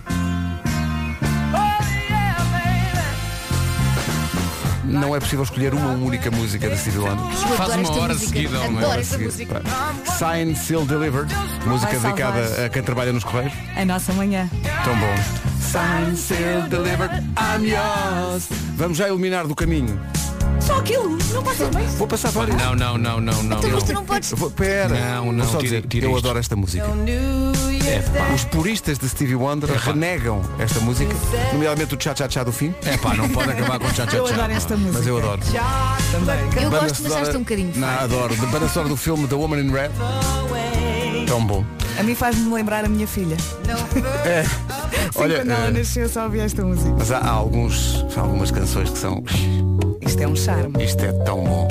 Speaker 1: Não é possível escolher uma única música de Stevie Wonder.
Speaker 5: Eu
Speaker 7: Faz
Speaker 5: adoro
Speaker 7: uma
Speaker 5: esta
Speaker 7: hora
Speaker 5: música.
Speaker 7: seguida, uma
Speaker 5: Adoro
Speaker 7: hora
Speaker 5: esta
Speaker 1: seguida,
Speaker 5: música.
Speaker 1: pá. Sign Seal Delivered, música
Speaker 4: Vai salvar.
Speaker 1: dedicada a quem trabalha nos correios.
Speaker 4: A nossa manhã.
Speaker 1: Tão bom. Sign Seal Delivered, I'm yours. Vamos já eliminar do caminho.
Speaker 4: Só aquilo. Não passa bem.
Speaker 1: Vou passar vários.
Speaker 7: Não, não, não, não, não.
Speaker 5: Então, mas tu não podes.
Speaker 1: Vou, pera,
Speaker 7: Não, não,
Speaker 1: Vou só
Speaker 7: tira-
Speaker 1: dizer,
Speaker 7: tira
Speaker 1: eu
Speaker 7: isto.
Speaker 1: adoro esta música. Os puristas de Stevie Wonder renegam esta música, nomeadamente o Tchá Tchá Tchá do fim. É
Speaker 7: pá, não pode acabar com o Tchá Tchá
Speaker 4: Eu Tchá, adoro esta música.
Speaker 1: Mas eu adoro.
Speaker 5: Eu
Speaker 1: Banda
Speaker 5: gosto, mas
Speaker 1: sonora-
Speaker 5: acho que é um bocadinho
Speaker 1: Não,
Speaker 5: fraco.
Speaker 1: adoro. De banda sonora do filme The Woman in Red. Tão bom.
Speaker 4: A mim faz-me lembrar a minha filha.
Speaker 1: É.
Speaker 4: Sim,
Speaker 1: Olha,
Speaker 4: quando ela
Speaker 1: eh,
Speaker 4: nasceu só ouvia esta música.
Speaker 1: Mas há, há alguns, há algumas canções que são.
Speaker 4: Isto é um charme.
Speaker 1: Isto é tão bom.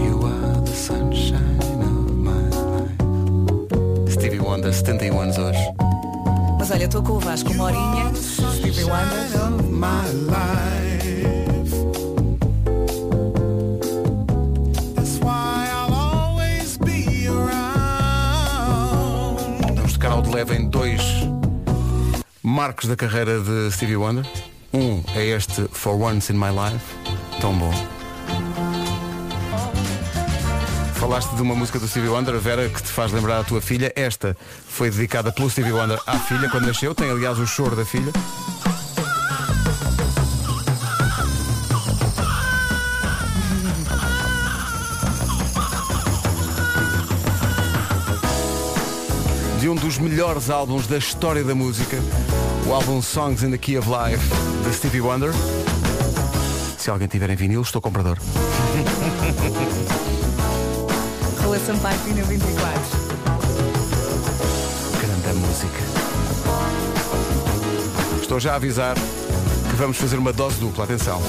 Speaker 1: You are the sunshine of my life. Stevie Wonder, 71 anos hoje.
Speaker 4: Mas olha, estou com o Vasco uma horinha. Stevie Wonder.
Speaker 1: Vamos tocar ao de leve em dois marcos da carreira de Stevie Wonder. Um é este For Once in My Life, tão bom. Falaste de uma música do Stevie Wonder, Vera, que te faz lembrar a tua filha. Esta foi dedicada pelo Stevie Wonder à filha quando nasceu. Tem, aliás, o choro da filha. de um dos melhores álbuns da história da música, o álbum Songs in the Key of Life, de Stevie Wonder. Se alguém tiver em vinil, estou comprador.
Speaker 4: Rua Sampaio Pina 24.
Speaker 1: Grande música. Estou já a avisar que vamos fazer uma dose dupla, atenção.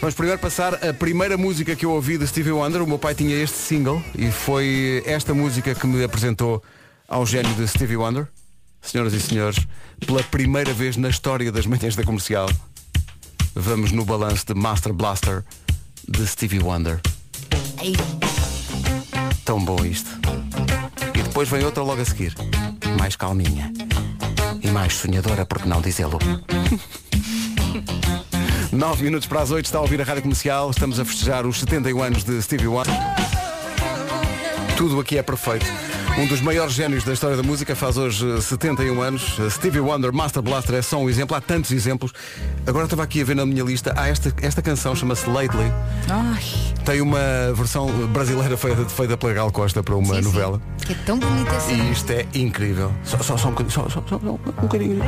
Speaker 1: Vamos primeiro passar a primeira música que eu ouvi de Stevie Wonder. O meu pai tinha este single e foi esta música que me apresentou ao gênio de Stevie Wonder. Senhoras e senhores, pela primeira vez na história das manhãs da comercial, vamos no balanço de Master Blaster de Stevie Wonder. Tão bom isto. E depois vem outra logo a seguir. Mais calminha. E mais sonhadora, porque não dizê-lo. 9 minutos para as 8 está a ouvir a Rádio Comercial. Estamos a festejar os 71 anos de Stevie Wonder. Tudo aqui é perfeito. Um dos maiores génios da história da música faz hoje eh, 71 anos. Eh, Stevie Wonder, Master Blaster é só um exemplo. Há tantos exemplos. Agora estava aqui a ver na minha lista. Há esta, esta canção, chama-se Lately.
Speaker 5: Ai,
Speaker 1: Tem uma versão brasileira feita, feita pela Gal Costa para uma
Speaker 5: sim, sim.
Speaker 1: novela.
Speaker 5: Que é tão bonita assim.
Speaker 1: E isto é incrível. Só, só, só um bocadinho. Só, só, só, só um bocadinho.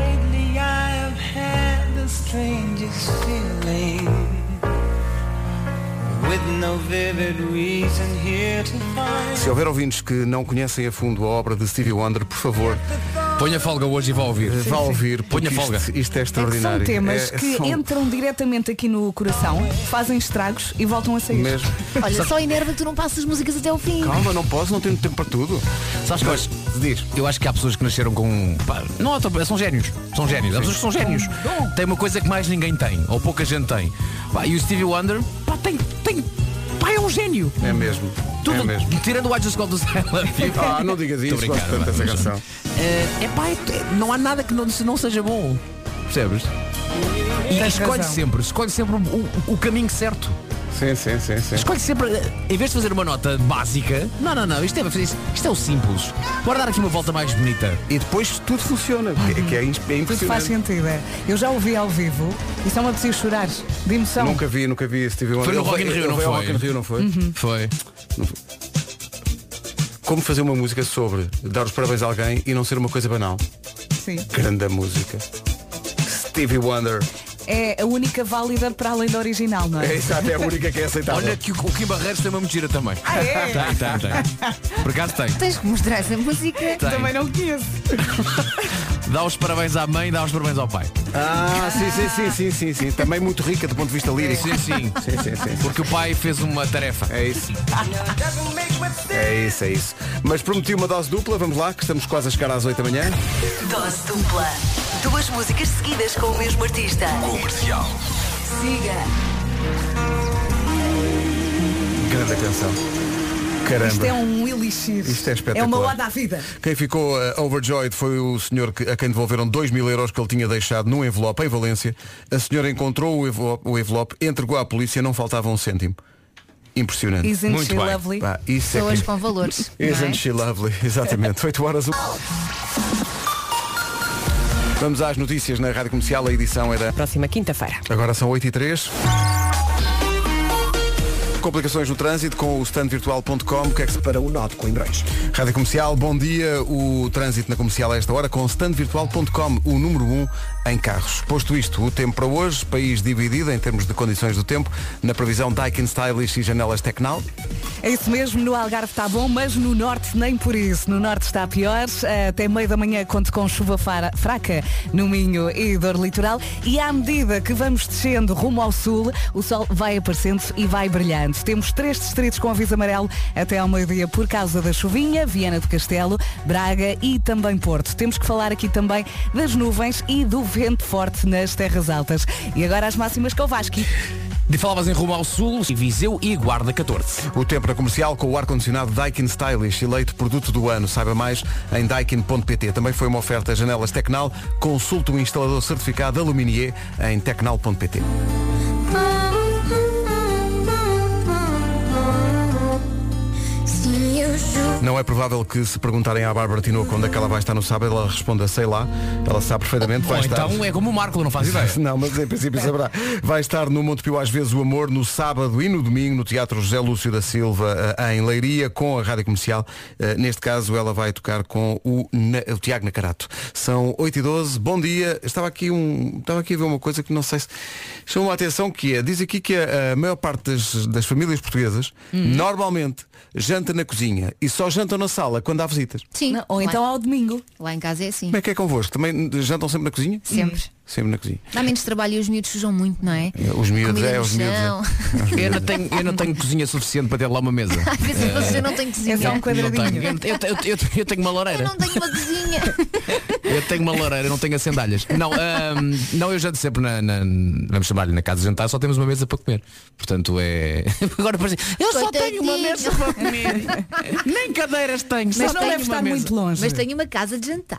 Speaker 1: Se houver ouvintes que não conhecem a fundo a obra de Stevie Wonder, por favor, eh,
Speaker 7: Ponha folga hoje e vá ouvir.
Speaker 1: vá ouvir, porque
Speaker 7: Ponha folga.
Speaker 1: isto, isto é
Speaker 4: É que são
Speaker 1: extraordinário.
Speaker 4: temas
Speaker 1: É-
Speaker 4: que
Speaker 1: são
Speaker 4: entram diretamente aqui no coração, fazem estragos e voltam a sair.
Speaker 1: mesmo.
Speaker 5: Olha, só enerva que tu não passas as músicas até ao fim.
Speaker 1: Calma, não posso, não tenho tempo para tudo.
Speaker 7: Sabes que eu acho,
Speaker 1: Diz.
Speaker 7: eu acho que há pessoas que nasceram com. um- pá, não, tô- são génios. São génios. Há pessoas que são génios. Tem uma coisa que mais ninguém tem, ou pouca gente tem. Pá, e o Stevie Wonder, pá, tem. tem pá, é um gênio.
Speaker 1: É mesmo.
Speaker 7: Tudo,
Speaker 1: É mesmo.
Speaker 7: Tirando o I Just Got This I Love You.
Speaker 1: Ah, não digas
Speaker 7: Tô
Speaker 1: isso,
Speaker 7: brincando,
Speaker 1: gosto tanto
Speaker 7: vá,
Speaker 1: dessa
Speaker 7: mas-
Speaker 1: canção.
Speaker 7: Eh, epá, é pá, não há nada que não, se não seja bom. Percebes? E escolhe
Speaker 4: razão.
Speaker 7: sempre, escolhe sempre o, o- o caminho certo.
Speaker 1: Sim, sim, sim, sim.
Speaker 7: Escolhe sempre, eh, em vez de fazer uma nota básica, não, não, não, isto é, isto- isto é o simples. Bora dar aqui uma volta mais bonita.
Speaker 1: E depois tudo funciona, que, que é, ins- é
Speaker 4: Tudo faz
Speaker 1: impressionante.
Speaker 4: sentido, é. Eu já ouvi ao vivo e só me apetecia chorar de emoção.
Speaker 1: Nunca vi, nunca vi Stevie Wonder.
Speaker 7: Foi no
Speaker 1: Ele
Speaker 7: Rock in
Speaker 1: ele
Speaker 7: Rio, não
Speaker 1: veio ao
Speaker 7: foi?
Speaker 1: Rock in Rio, não foi?
Speaker 4: Uhum.
Speaker 7: Foi.
Speaker 1: Como fazer uma música sobre dar os parabéns a alguém e não ser uma coisa banal.
Speaker 4: Sim.
Speaker 1: Grande música. Stevie Wonder.
Speaker 4: É a única válida para além da original, não
Speaker 1: É
Speaker 4: é?
Speaker 1: exato, é a única que é aceitável.
Speaker 7: Olha que o, o Kim Barreiros tem uma mentira também.
Speaker 4: Ah, é?
Speaker 7: Tem, tem, tem. Por acaso tem.
Speaker 5: Tens que mostrar essa música.
Speaker 1: é
Speaker 4: Também não conheço.
Speaker 7: Dá os parabéns à mãe, dá os parabéns ao pai.
Speaker 1: Ah, sim, sim, sim, sim, sim, sim. Também muito rica do ponto de vista
Speaker 4: É.
Speaker 1: lírico.
Speaker 7: Sim, sim.
Speaker 1: Sim, sim, sim.
Speaker 7: Porque o pai fez uma tarefa.
Speaker 1: É isso. É isso, é isso. Mas prometi uma dose dupla, vamos lá, que estamos quase a chegar às 8 da manhã.
Speaker 2: Dose dupla. Duas músicas seguidas com o mesmo artista. Comercial. Siga.
Speaker 1: Grande canção. Caramba.
Speaker 4: Isto é um elixir.
Speaker 1: Isto é
Speaker 4: É
Speaker 1: espetacular.
Speaker 4: uma oda à vida.
Speaker 1: Quem ficou eh, overjoyed foi o senhor que- a quem devolveram 2 mil euros que ele tinha deixado num envelope em Valência. A senhora encontrou o envelope, o envelope, entregou à polícia, não faltava um cêntimo. Impressionante.
Speaker 5: Isn't Muito she bem. lovely?
Speaker 1: Pá, isso é
Speaker 5: Pessoas
Speaker 1: que-
Speaker 5: com valores. não é?
Speaker 1: Isn't she lovely? Exatamente. 8 horas. o- Vamos às notícias na Rádio Comercial. A edição é da
Speaker 9: próxima quinta-feira.
Speaker 1: Agora são 8 e 3. Complicações no trânsito com o standvirtual.com. O que é que se
Speaker 3: para Então, o Norte Coimbrões?
Speaker 1: Rádio Comercial, bom dia. O trânsito na comercial a esta hora com standvirtual.com, o número 1 em carros. Posto isto, o tempo para hoje, país dividido em termos de condições do tempo, na previsão Daikin Stylish e janelas Tecnal.
Speaker 4: É isso mesmo, no Algarve está bom, mas no Norte nem por isso. No Norte está pior. Eh, Até meio da manhã conto com chuva fara- fraca no Minho e dor litoral. E à medida que vamos descendo rumo ao Sul, o sol vai aparecendo e vai brilhando. Temos três distritos com aviso amarelo até ao meio-dia por causa da chuvinha, Viana do Castelo, Braga e também Porto. Temos que falar aqui também das nuvens e do vento forte nas terras altas. E agora as máximas com o Vasco.
Speaker 7: De falavas em rumo ao sul, e Viseu e Guarda 14.
Speaker 1: O tempo na comercial com o ar-condicionado Daikin Stylish, eleito produto do ano. Saiba mais em daikin.pt. Também foi uma oferta a janelas Tecnal. Consulte o instalador certificado Aluminier em tecnal.pt. Não é provável que se perguntarem à Bárbara Tinoco onde é que ela vai estar no sábado, ela responda, sei lá, ela sabe perfeitamente, vai
Speaker 7: Ou
Speaker 1: estar.
Speaker 7: então é como o Marco, não faz ideia.
Speaker 1: Não, mas em princípio saberá. Vai estar no Montepio às vezes o amor no sábado e no domingo no Teatro José Lúcio da Silva eh, em Leiria com a Rádio Comercial. Eh, Neste caso ela vai tocar com o, Na- o Tiago Nacarato. São 8 e 12 bom dia. Estava aqui, um, estava aqui a ver uma coisa que não sei se chamou a atenção que é, diz aqui que a, a maior parte das, das famílias portuguesas
Speaker 5: Hum.
Speaker 1: normalmente janta na cozinha e só jantam na sala quando há visitas.
Speaker 5: Sim.
Speaker 4: Ou então ao domingo.
Speaker 5: Lá em casa é assim.
Speaker 1: Como é que é convosco? Também jantam sempre na cozinha?
Speaker 5: Sempre.
Speaker 1: Sempre na cozinha.
Speaker 5: Dá menos trabalho e os miúdos sujam muito, não é?
Speaker 1: Os miúdos,
Speaker 5: Comida
Speaker 1: é,
Speaker 5: no
Speaker 1: os miúdos.
Speaker 5: chão.
Speaker 1: é.
Speaker 7: Eu não, tenho, eu não tenho cozinha suficiente para ter lá uma mesa.
Speaker 5: Às vezes eu faço, eu não tenho cozinha.
Speaker 4: É só um
Speaker 7: Não tenho.
Speaker 4: quadradinho.
Speaker 7: Eu, eu- eu- eu- eu tenho uma
Speaker 5: Eu
Speaker 7: lareira.
Speaker 5: não tenho uma cozinha.
Speaker 7: Eu tenho uma lareira, não tenho acendalhas. Não, ahm, não eu janto sempre na, na- Vamos chamar-lhe na casa de jantar, só temos uma mesa para comer. Portanto é. Agora parece. Eu só tenho uma mesa
Speaker 5: Coitadinho.
Speaker 7: para comer. Nem cadeiras tenho, só
Speaker 4: Mas não
Speaker 7: tenho
Speaker 4: deve
Speaker 7: uma
Speaker 4: estar
Speaker 7: mesa.
Speaker 4: muito longe.
Speaker 5: Mas tenho uma casa de jantar.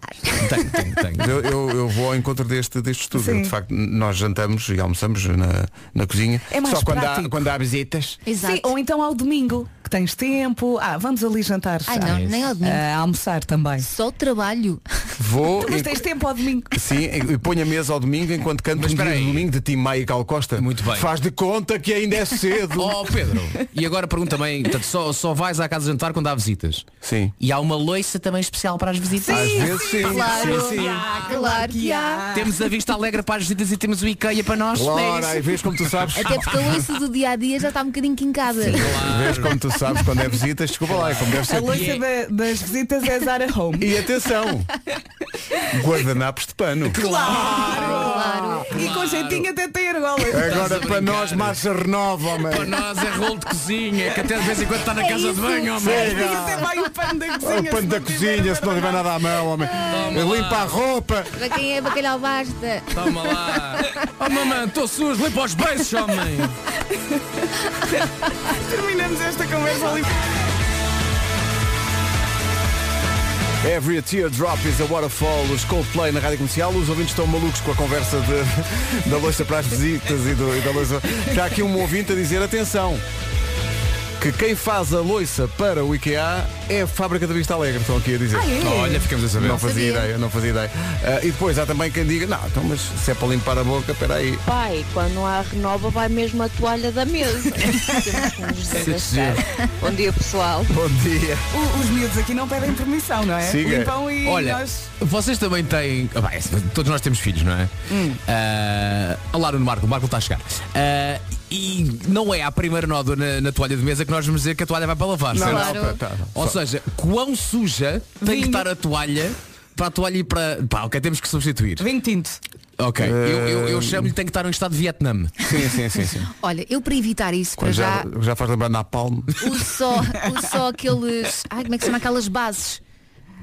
Speaker 7: Tenho, tenho, tenho.
Speaker 1: Mas Eu, eu, eu vou ao encontro deste, deste estudo.
Speaker 4: Sim.
Speaker 1: De facto, n- nós jantamos e almoçamos na, na cozinha.
Speaker 4: É mais
Speaker 1: Só quando há,
Speaker 4: prático.
Speaker 1: quando há visitas.
Speaker 5: Exato.
Speaker 4: Sim, ou então ao domingo, que tens tempo. Ah, vamos ali jantar.
Speaker 5: Ai não, nem ao domingo.
Speaker 4: Ah, almoçar também.
Speaker 5: Só trabalho.
Speaker 1: Vou.
Speaker 4: Mas
Speaker 1: e-
Speaker 4: tens tempo ao domingo.
Speaker 1: Sim, e ponho a mesa ao domingo enquanto canto
Speaker 7: Mas
Speaker 1: um dia
Speaker 7: espera
Speaker 1: de
Speaker 7: aí.
Speaker 1: domingo de Tim Maia e Cal Costa.
Speaker 7: Muito bem.
Speaker 1: Faz de conta que ainda é cedo.
Speaker 7: Oh Pedro, e agora pergunta também, portanto, só, só vais à casa de jantar quando há visitas.
Speaker 1: Sim.
Speaker 7: E há uma loiça também especial para as visitas.
Speaker 1: Às vezes sim.
Speaker 5: Claro.
Speaker 1: sim, sim.
Speaker 4: Ah,
Speaker 5: claro que há.
Speaker 7: Temos a vista alegre para as visitas e temos o IKEA para nós. é
Speaker 1: Laura,
Speaker 7: isso.
Speaker 1: aí vês como tu sabes.
Speaker 5: Até porque a louça do dia a dia já está um bocadinho quincada.
Speaker 1: Vês como tu sabes quando é visitas. Desculpa lá, é como deve
Speaker 4: A
Speaker 1: ser.
Speaker 4: louça da- das visitas é Zara Home.
Speaker 1: E atenção. Guardanapos de pano.
Speaker 5: Claro.
Speaker 4: E com jeitinho até tem argolas.
Speaker 1: Agora
Speaker 7: a
Speaker 1: para nós
Speaker 7: brincar.
Speaker 1: massa renova, homem.
Speaker 7: Para nós é rolo de cozinha, que até de vez em quando está na
Speaker 5: É
Speaker 7: casa de
Speaker 5: isso.
Speaker 7: banho, homem.
Speaker 4: E até vai o pano da cozinha.
Speaker 1: é. o pano
Speaker 4: se
Speaker 1: da
Speaker 4: não tiver
Speaker 1: cozinha, se não tiver nada à mão, homem. Limpa a roupa.
Speaker 5: Para quem é bacalhau basta.
Speaker 7: Toma lá. Oh mamãe, estou sujo, limpa os beijos, homem.
Speaker 4: Terminamos esta conversa ali.
Speaker 1: Every teardrop is a waterfall, os Coldplay na Rádio Comercial. Os ouvintes estão malucos com a conversa de- da louça para as visitas e, do- e da louça. Está aqui um ouvinte a dizer, atenção, que quem faz a louça para o IKEA é a Fábrica da Vista Alegre, estão aqui a dizer.
Speaker 7: Olha, ficamos a saber.
Speaker 1: Não fazia
Speaker 5: é? Sabia.
Speaker 1: ideia, não fazia ideia. Ah, e depois há também quem diga, não, então, mas se é para limpar a boca, peraí.
Speaker 11: Pai, quando há renova vai mesmo a toalha da mesa. Temos que nos desgastar. Bom dia pessoal.
Speaker 1: Bom dia.
Speaker 4: O- Os miúdos aqui não pedem permissão, não é?
Speaker 1: Siga.
Speaker 4: Limpam e
Speaker 7: Olha,
Speaker 4: nós...
Speaker 7: vocês também têm. Ah, bem, todos nós temos filhos, não é?
Speaker 1: Hum.
Speaker 7: Ah, olá, Nuno Marco, o Marco está a chegar. Ah, e não é à primeira nódoa na, na toalha de mesa que nós vamos dizer que a toalha vai para lavar. certo?
Speaker 5: Claro.
Speaker 1: tá, tá.
Speaker 7: Ou seja, quão suja tem que estar a toalha para a toalha ir para. Pá, ok, temos que substituir.
Speaker 4: Vinho tinto.
Speaker 7: Ok. Eu, eu,
Speaker 1: Hum.
Speaker 7: eu chamo-lhe tem que estar em estado de Vietnã.
Speaker 1: Sim, sim, sim. sim.
Speaker 5: Olha, eu para evitar isso, para
Speaker 1: Quando já,
Speaker 5: já,
Speaker 1: já faz lembrar na palma.
Speaker 5: uso só, uso só aqueles. Ai, como é que se chama aquelas bases?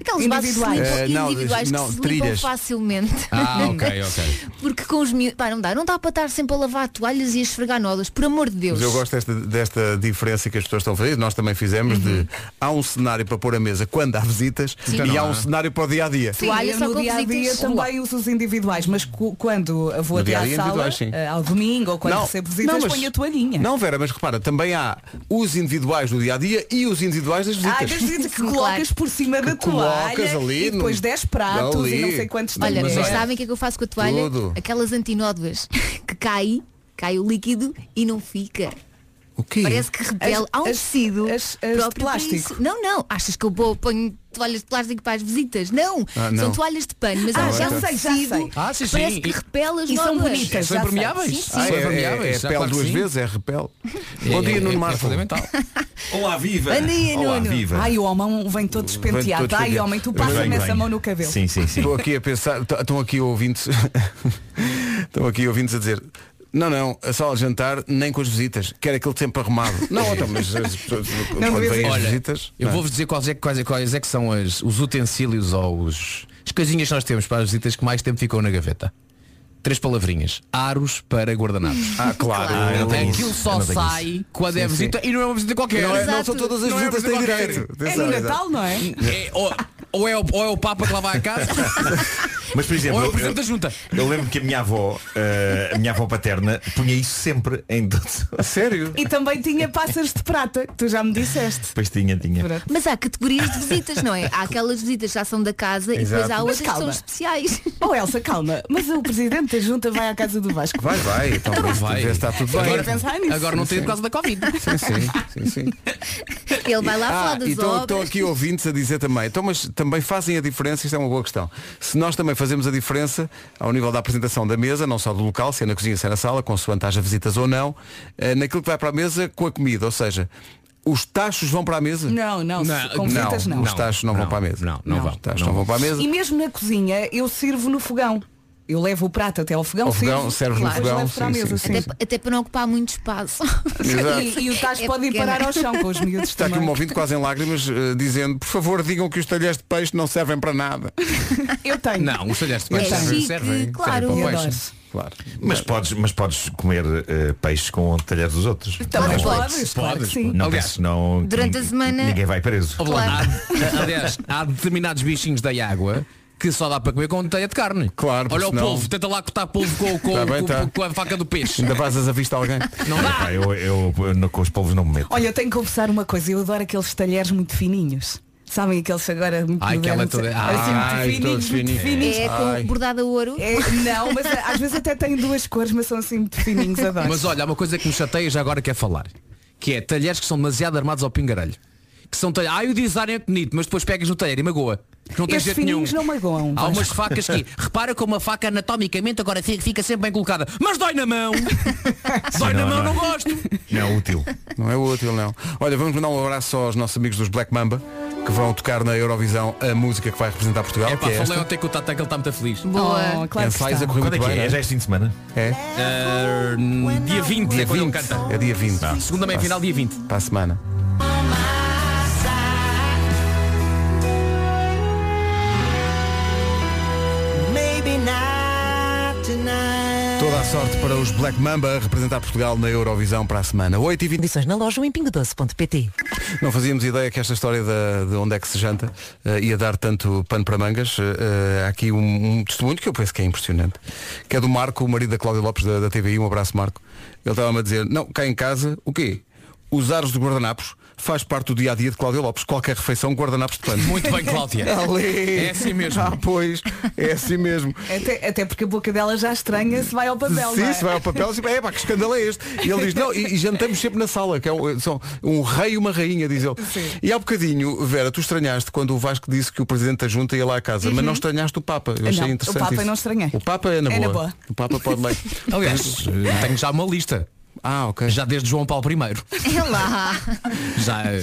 Speaker 5: Aqueles bases que se limpam,
Speaker 1: Eh, não,
Speaker 5: individuais
Speaker 1: não,
Speaker 5: que se limpam
Speaker 1: trilhas.
Speaker 5: facilmente.
Speaker 7: Ah, ok, ok.
Speaker 5: Porque com os miúdos. Pá, não dá. Não dá para estar sempre a lavar toalhas e a esfregar nódulos, por amor de Deus.
Speaker 1: Mas eu gosto desta, desta diferença que as pessoas estão a fazer, nós também fizemos,
Speaker 7: Uhum.
Speaker 1: de há um cenário para pôr a mesa quando há visitas
Speaker 5: Sim.
Speaker 1: e
Speaker 5: Então
Speaker 1: há
Speaker 5: não
Speaker 1: um
Speaker 5: há.
Speaker 1: cenário para o dia a dia.
Speaker 4: Sim, eu no dia a dia também uso os individuais, mas cu- quando vou
Speaker 1: No
Speaker 4: até
Speaker 1: dia a
Speaker 4: à
Speaker 1: dia
Speaker 4: sala,
Speaker 1: individuais, sim.
Speaker 4: eh, ao domingo ou quando recebo visitas,
Speaker 1: mas-
Speaker 4: ponho a toalhinha.
Speaker 1: Não, Vera, mas repara, também há os individuais do dia a dia e os individuais das visitas.
Speaker 4: Ah, das visitas que colocas por cima da
Speaker 1: colocas
Speaker 4: toalha
Speaker 1: ali
Speaker 4: e depois
Speaker 1: no-
Speaker 4: 10 pratos e não
Speaker 1: ali.
Speaker 4: sei quantos
Speaker 5: Olha,
Speaker 4: também.
Speaker 5: mas sabem o que é que eu faço com a toalha?
Speaker 1: Tudo.
Speaker 5: Aquelas antinóduas que cai, cai o líquido e não fica.
Speaker 1: O quê?
Speaker 5: Parece que repele. Há um tecido próprio para
Speaker 4: plástico.
Speaker 5: isso. Não, não. Achas que eu vou, ponho toalhas de plástico para as visitas? Não.
Speaker 1: Ah, não.
Speaker 5: São toalhas de pano, mas
Speaker 1: Ah,
Speaker 5: há já
Speaker 1: ok. sei,
Speaker 5: um
Speaker 4: já
Speaker 5: tecido
Speaker 4: sei.
Speaker 7: Ah, sim,
Speaker 5: que parece
Speaker 7: sim.
Speaker 5: que
Speaker 7: E-
Speaker 5: repele as
Speaker 4: e são
Speaker 5: nódoas.
Speaker 4: bonitas,
Speaker 7: São
Speaker 4: já sei.
Speaker 7: impermeáveis?
Speaker 5: Sim, sim.
Speaker 1: Ah, é,
Speaker 7: São
Speaker 1: é- é
Speaker 7: impermeáveis, já,
Speaker 1: pele
Speaker 7: claro que
Speaker 1: duas
Speaker 7: sim.
Speaker 1: vezes, é repele.
Speaker 7: É-
Speaker 1: Bom dia,
Speaker 7: é-
Speaker 1: Nuno
Speaker 7: é
Speaker 1: Marco.
Speaker 7: fundamental.
Speaker 8: Olá, viva!
Speaker 5: Bom dia,
Speaker 8: Olá,
Speaker 5: Nuno.
Speaker 8: viva!
Speaker 4: Ai, o homem vem todo
Speaker 1: Vem todo
Speaker 4: despenteado. Ai,
Speaker 1: despenteado.
Speaker 4: homem, tu passa-me
Speaker 8: Vem,
Speaker 4: essa
Speaker 8: vem.
Speaker 4: mão no cabelo.
Speaker 8: Sim, sim, sim.
Speaker 1: Estou aqui a pensar, t- estão aqui ouvintes, estão aqui ouvintes a dizer, não, não, a sala de jantar nem com as visitas, quero aquele tempo arrumado. Não, então, mas as pessoas, quando
Speaker 4: devia
Speaker 1: vêm as
Speaker 7: Olha,
Speaker 1: visitas.
Speaker 7: eu
Speaker 1: não é?
Speaker 7: vou-vos dizer quais é, quais, é, quais é que são as- os utensílios ou os, as coisinhas que nós temos para as visitas que mais tempo ficam na gaveta. Três palavrinhas. Aros para guardanapos.
Speaker 1: Ah, claro.
Speaker 7: Ah,
Speaker 1: eu-
Speaker 7: Aquilo só
Speaker 8: Eu não tenho
Speaker 7: sai quando é visita e não é uma visita qualquer.
Speaker 1: Não, é- não
Speaker 5: Exato.
Speaker 1: são todas as
Speaker 7: Não é
Speaker 1: visitas que têm
Speaker 7: qualquer.
Speaker 1: direito.
Speaker 4: É
Speaker 1: Atenção,
Speaker 4: no
Speaker 1: exato.
Speaker 4: Natal, não é?
Speaker 7: É, ou, ou é o, ou é o Papa que lá vai a casa,
Speaker 8: Mas, por
Speaker 7: ou
Speaker 8: exemplo,
Speaker 7: é o
Speaker 8: eu-
Speaker 7: Presidente da Junta.
Speaker 8: Eu lembro que a minha avó, eh, a minha avó paterna, punha isso sempre em todos.
Speaker 1: A sério?
Speaker 4: E também tinha passas de prata, que tu já me disseste.
Speaker 8: Depois tinha, tinha.
Speaker 5: Mas há categorias de visitas, não é? Há aquelas visitas que já são da casa e depois
Speaker 8: Exato.
Speaker 5: há
Speaker 8: Mas
Speaker 5: outras que são
Speaker 4: calma.
Speaker 5: especiais.
Speaker 4: Oh Elsa, calma, mas o presidente da junta vai à casa do Vasco.
Speaker 1: Vai, vai, então vê se- vê se está tudo bem.
Speaker 4: Agora- pensar nisso.
Speaker 7: agora não tem por causa da Covid.
Speaker 1: Sim, sim, sim, sim.
Speaker 5: Ele vai lá falar
Speaker 1: Ah,
Speaker 5: das
Speaker 1: e estão estão
Speaker 5: obras.
Speaker 1: aqui ouvintes a dizer também, então, mas também fazem a diferença, isto é uma boa questão. Se nós também fazemos a diferença ao nível da apresentação da mesa, não só do local, se é na cozinha, se é na sala, consoante haja visitas ou não, eh, naquilo que vai para a mesa com a comida, ou seja, os tachos vão para a mesa?
Speaker 4: Não, não, se- com visitas não.
Speaker 1: os tachos não, vão para a mesa.
Speaker 7: Não, não vão.
Speaker 1: Os tachos
Speaker 7: Não
Speaker 1: não, vão para a mesa.
Speaker 4: E mesmo na cozinha eu sirvo no fogão. Eu levo o prato até ao fogão,
Speaker 1: Ao fogão,
Speaker 4: sirvo,
Speaker 1: serves no
Speaker 4: depois
Speaker 1: fogão,
Speaker 4: levo para a
Speaker 1: sim,
Speaker 4: mesa.
Speaker 1: sim,
Speaker 4: sim.
Speaker 5: Até, até para não ocupar muito espaço.
Speaker 1: Exato.
Speaker 4: E, e o tacho
Speaker 5: É
Speaker 4: pode ir
Speaker 5: pequena.
Speaker 4: parar ao chão com os miúdos
Speaker 1: Está aqui
Speaker 4: também.
Speaker 1: um ouvinte quase em lágrimas eh, dizendo, por favor, digam que os talheres de peixe não servem para nada.
Speaker 4: Eu tenho.
Speaker 7: Não, os talheres de
Speaker 5: É
Speaker 7: peixe servem,
Speaker 5: chique,
Speaker 7: servem.
Speaker 5: claro.
Speaker 7: servem
Speaker 4: Eu
Speaker 7: para o
Speaker 4: adoro.
Speaker 7: peixe.
Speaker 1: Claro.
Speaker 8: Mas podes, mas podes comer eh, peixe com talheres dos outros.
Speaker 4: Também
Speaker 5: Mas
Speaker 4: podes,
Speaker 5: podes,
Speaker 4: Tá claro que
Speaker 7: podes.
Speaker 4: sim.
Speaker 8: Não,
Speaker 7: Aliás,
Speaker 8: penses, não
Speaker 5: durante a
Speaker 8: ninguém-
Speaker 5: semana-
Speaker 8: Ninguém vai preso.
Speaker 7: Ó,
Speaker 5: Claro.
Speaker 7: há- aliás, há determinados bichinhos da água que só dá para comer com telha de carne.
Speaker 1: Claro, porque
Speaker 7: Olha o
Speaker 1: senão-
Speaker 7: polvo, tenta lá cortar polvo com, com-
Speaker 1: Tá bem,
Speaker 7: com-
Speaker 1: tá.
Speaker 7: com a faca do peixe.
Speaker 1: Ainda vazas a vista a alguém.
Speaker 7: Não dá.
Speaker 8: Pá, eu, eu, eu não- com os polvos não me meto.
Speaker 4: Olha, eu tenho que confessar uma coisa, eu adoro aqueles talheres muito fininhos. Sabem aqueles agora muito
Speaker 7: Ai, aquela
Speaker 4: modernos,
Speaker 7: toda-
Speaker 4: assim, muito
Speaker 1: Ai, todos
Speaker 4: fininhos, muito
Speaker 1: fininhos.
Speaker 4: fininhos.
Speaker 5: É
Speaker 1: Ai.
Speaker 5: com bordado a ouro.
Speaker 4: É, não, mas às vezes até têm duas cores, mas são assim muito fininhos, adoro.
Speaker 7: Mas olha, há uma coisa que me chateia já agora que é falar. Que é talheres que são demasiado armados ao pingarelho. Que são talheres. Ai, o design é bonito, mas depois pegas no talher e magoa. Que não tens
Speaker 4: Estes
Speaker 7: jeito nenhum.
Speaker 4: fininhos não magoam.
Speaker 7: Há umas facas que repara como a faca anatomicamente agora fi- fica sempre bem colocada, mas dói na mão. dói
Speaker 8: não,
Speaker 7: na
Speaker 1: é?
Speaker 7: mão, não
Speaker 8: não.
Speaker 7: gosto.
Speaker 8: Não, útil.
Speaker 1: Não é útil, não. Olha, vamos mandar um abraço aos nossos amigos dos Black Mamba, que vão tocar na Eurovisão a música que vai representar Portugal,
Speaker 7: É
Speaker 1: que
Speaker 7: pá,
Speaker 1: é
Speaker 7: falei
Speaker 1: esta.
Speaker 7: ontem com o Tata que ele está muito feliz.
Speaker 4: Boa. Oh, claro que
Speaker 1: Ensaios a correr
Speaker 4: está.
Speaker 8: Quando é
Speaker 1: muito
Speaker 8: que
Speaker 1: bem.
Speaker 8: é? É já este fim de semana?
Speaker 1: É?
Speaker 7: Ah, dia 20 é
Speaker 1: Dia
Speaker 7: quando ele
Speaker 1: 20.
Speaker 7: canta.
Speaker 1: É dia 20.
Speaker 7: Segunda meia-final, dia 20.
Speaker 1: Para a semana. Toda a sorte para os Black Mamba a representar Portugal na Eurovisão para a semana. 8 e 20
Speaker 9: Condições na loja ou em pingodoce.pt
Speaker 1: Não fazíamos ideia que esta história da- de onde é que se janta eh, ia dar tanto pano para mangas. Eh, há aqui um, um testemunho que eu penso que é impressionante, que é do Marco, o marido da Cláudia Lopes da, da TVI. Um abraço, Marco. Ele estava-me a dizer, não, cá em casa, o quê? Os aros de guardanapos faz parte do dia-a-dia de Cláudia Lopes. Qualquer refeição, guardanapos de pano.
Speaker 7: Muito bem, Cláudia.
Speaker 1: Ali.
Speaker 7: É assim mesmo.
Speaker 1: Ah, pois, é assim mesmo.
Speaker 4: Até, até porque a boca dela já estranha se vai ao papel.
Speaker 1: Sim,
Speaker 4: não é?
Speaker 1: se vai ao papel, se... é pá, que escândalo é este? E ele diz, não, e, e jantamos sempre na sala, que é um, são um rei e uma rainha, diz ele. E há bocadinho, Vera, tu estranhaste quando o Vasco disse que o presidente da Junta ia lá à casa, mas não estranhaste o Papa. Eu achei
Speaker 4: Uhum. Não, o
Speaker 1: interessante.
Speaker 4: Papa
Speaker 1: isso.
Speaker 4: não estranhei.
Speaker 1: O Papa é na,
Speaker 4: É
Speaker 1: boa.
Speaker 4: na boa.
Speaker 1: O Papa pode lá.
Speaker 7: Aliás, tenho já uma lista.
Speaker 1: Ah, ok.
Speaker 7: Já desde João Paulo I.
Speaker 5: É lá.
Speaker 7: Já, eh,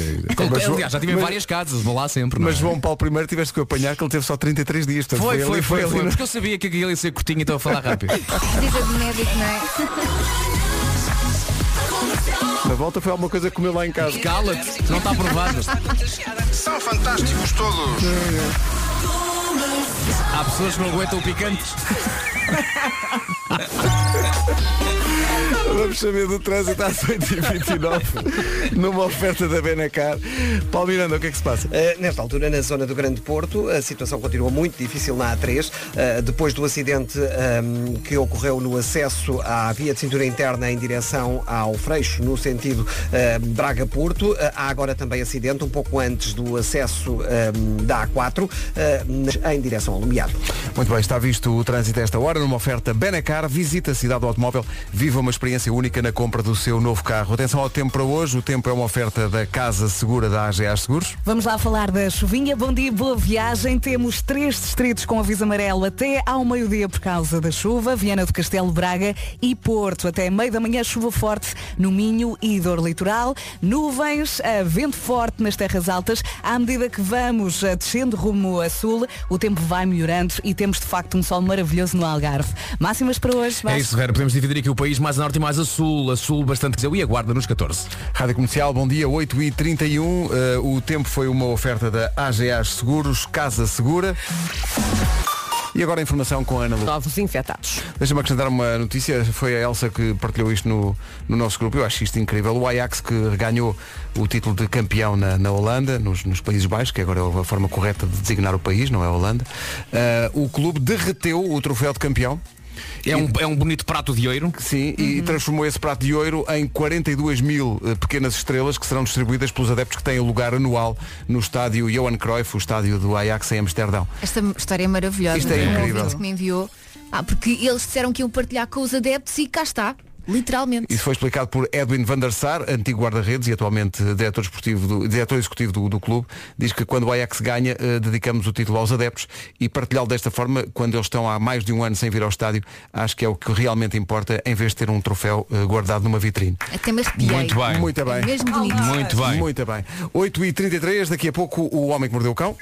Speaker 1: mas João-
Speaker 7: aliás, já tive em
Speaker 1: mas-
Speaker 7: várias casas, vou lá sempre. não
Speaker 1: Mas
Speaker 7: é?
Speaker 1: João Paulo I tiveste que o apanhar que ele teve só 33 dias. portanto,
Speaker 7: Foi,
Speaker 1: ali-
Speaker 7: foi, é? foi,
Speaker 1: ali
Speaker 7: foi,
Speaker 1: no-
Speaker 7: Porque eu sabia que aquilo ia ser curtinho, então a falar rápido.
Speaker 5: Precisa de médico, não é?
Speaker 1: Na volta foi alguma coisa que comeu lá em casa.
Speaker 7: Cala-te, não está aprovado.
Speaker 12: São fantásticos todos.
Speaker 7: Há pessoas que não aguentam o picante.
Speaker 1: Vamos saber do trânsito às 8h29 numa oferta da Benacar. Paulo Miranda, o que é que se passa?
Speaker 3: Uh, nesta altura, na zona do Grande Porto, a situação continua muito difícil na A3. Uh, depois do acidente um, que ocorreu no acesso à via de cintura interna em direção ao Freixo, no sentido uh, Braga-Porto, eh, há agora também acidente um pouco antes do acesso um, da A4 em direção ao Lumiar.
Speaker 1: Muito bem, está visto o trânsito a esta hora numa oferta Benacar. Visita a cidade do automóvel, viva uma experiência única na compra do seu novo carro. Atenção ao tempo para hoje, o tempo é uma oferta da Casa Segura da AGA Seguros.
Speaker 4: Vamos lá falar da chuvinha. Bom dia, boa viagem. Temos três distritos com aviso amarelo até ao meio-dia por causa da chuva. Viana do Castelo, Braga e Porto. Até meio da manhã, chuva forte no Minho e dor litoral. Nuvens, eh, vento forte nas terras altas. À medida que vamos eh, descendo rumo a sul, o tempo vai melhorando e temos de facto um sol maravilhoso no Algarve. Máximas para hoje.
Speaker 7: É
Speaker 4: Vasco?
Speaker 7: isso, Vera. Podemos dividir aqui o país mais a norte e mais a sul. A sul bastante eu e a guarda nos 14.
Speaker 1: Rádio Comercial, bom dia, 8h31. Uh, o tempo foi uma oferta da AGA Seguros, Casa Segura. E agora a informação com a Ana Lu.
Speaker 13: Novos infectados.
Speaker 1: Deixa-me acrescentar uma notícia, foi a Elsa que partilhou isto no, no nosso grupo, eu acho isto incrível. O Ajax que ganhou o título de campeão na, na Holanda, nos, nos Países Baixos, que agora é a forma correta de designar o país, não é a Holanda. Uh, o clube derreteu o troféu de campeão.
Speaker 7: É um, Uhum. é um bonito prato de ouro.
Speaker 1: Sim, e transformou esse prato de ouro em 42 mil eh, pequenas estrelas que serão distribuídas pelos adeptos que têm lugar anual no estádio Johan Cruyff, o estádio do Ajax em Amsterdão.
Speaker 5: Esta história é maravilhosa.
Speaker 1: Isto é
Speaker 5: Um
Speaker 1: incrível.
Speaker 5: ouvinte que me enviou. Ah, porque eles disseram que iam partilhar com os adeptos e cá está. Literalmente.
Speaker 1: Isso foi explicado por Edwin van der Sar, antigo guarda-redes e atualmente diretor, esportivo do- diretor executivo do, do clube, diz que quando o Ajax ganha, eh, dedicamos o título aos adeptos e partilhá-lo desta forma, quando eles estão há mais de um ano sem vir ao estádio, acho que é o que realmente importa, em vez de ter um troféu eh, guardado numa vitrine.
Speaker 5: Até me arrepiei.
Speaker 1: Muito bem. Muito bem.
Speaker 5: É Mesmo bonito.
Speaker 1: Muito bem. 8h33, daqui a pouco o Homem que Mordeu o Cão.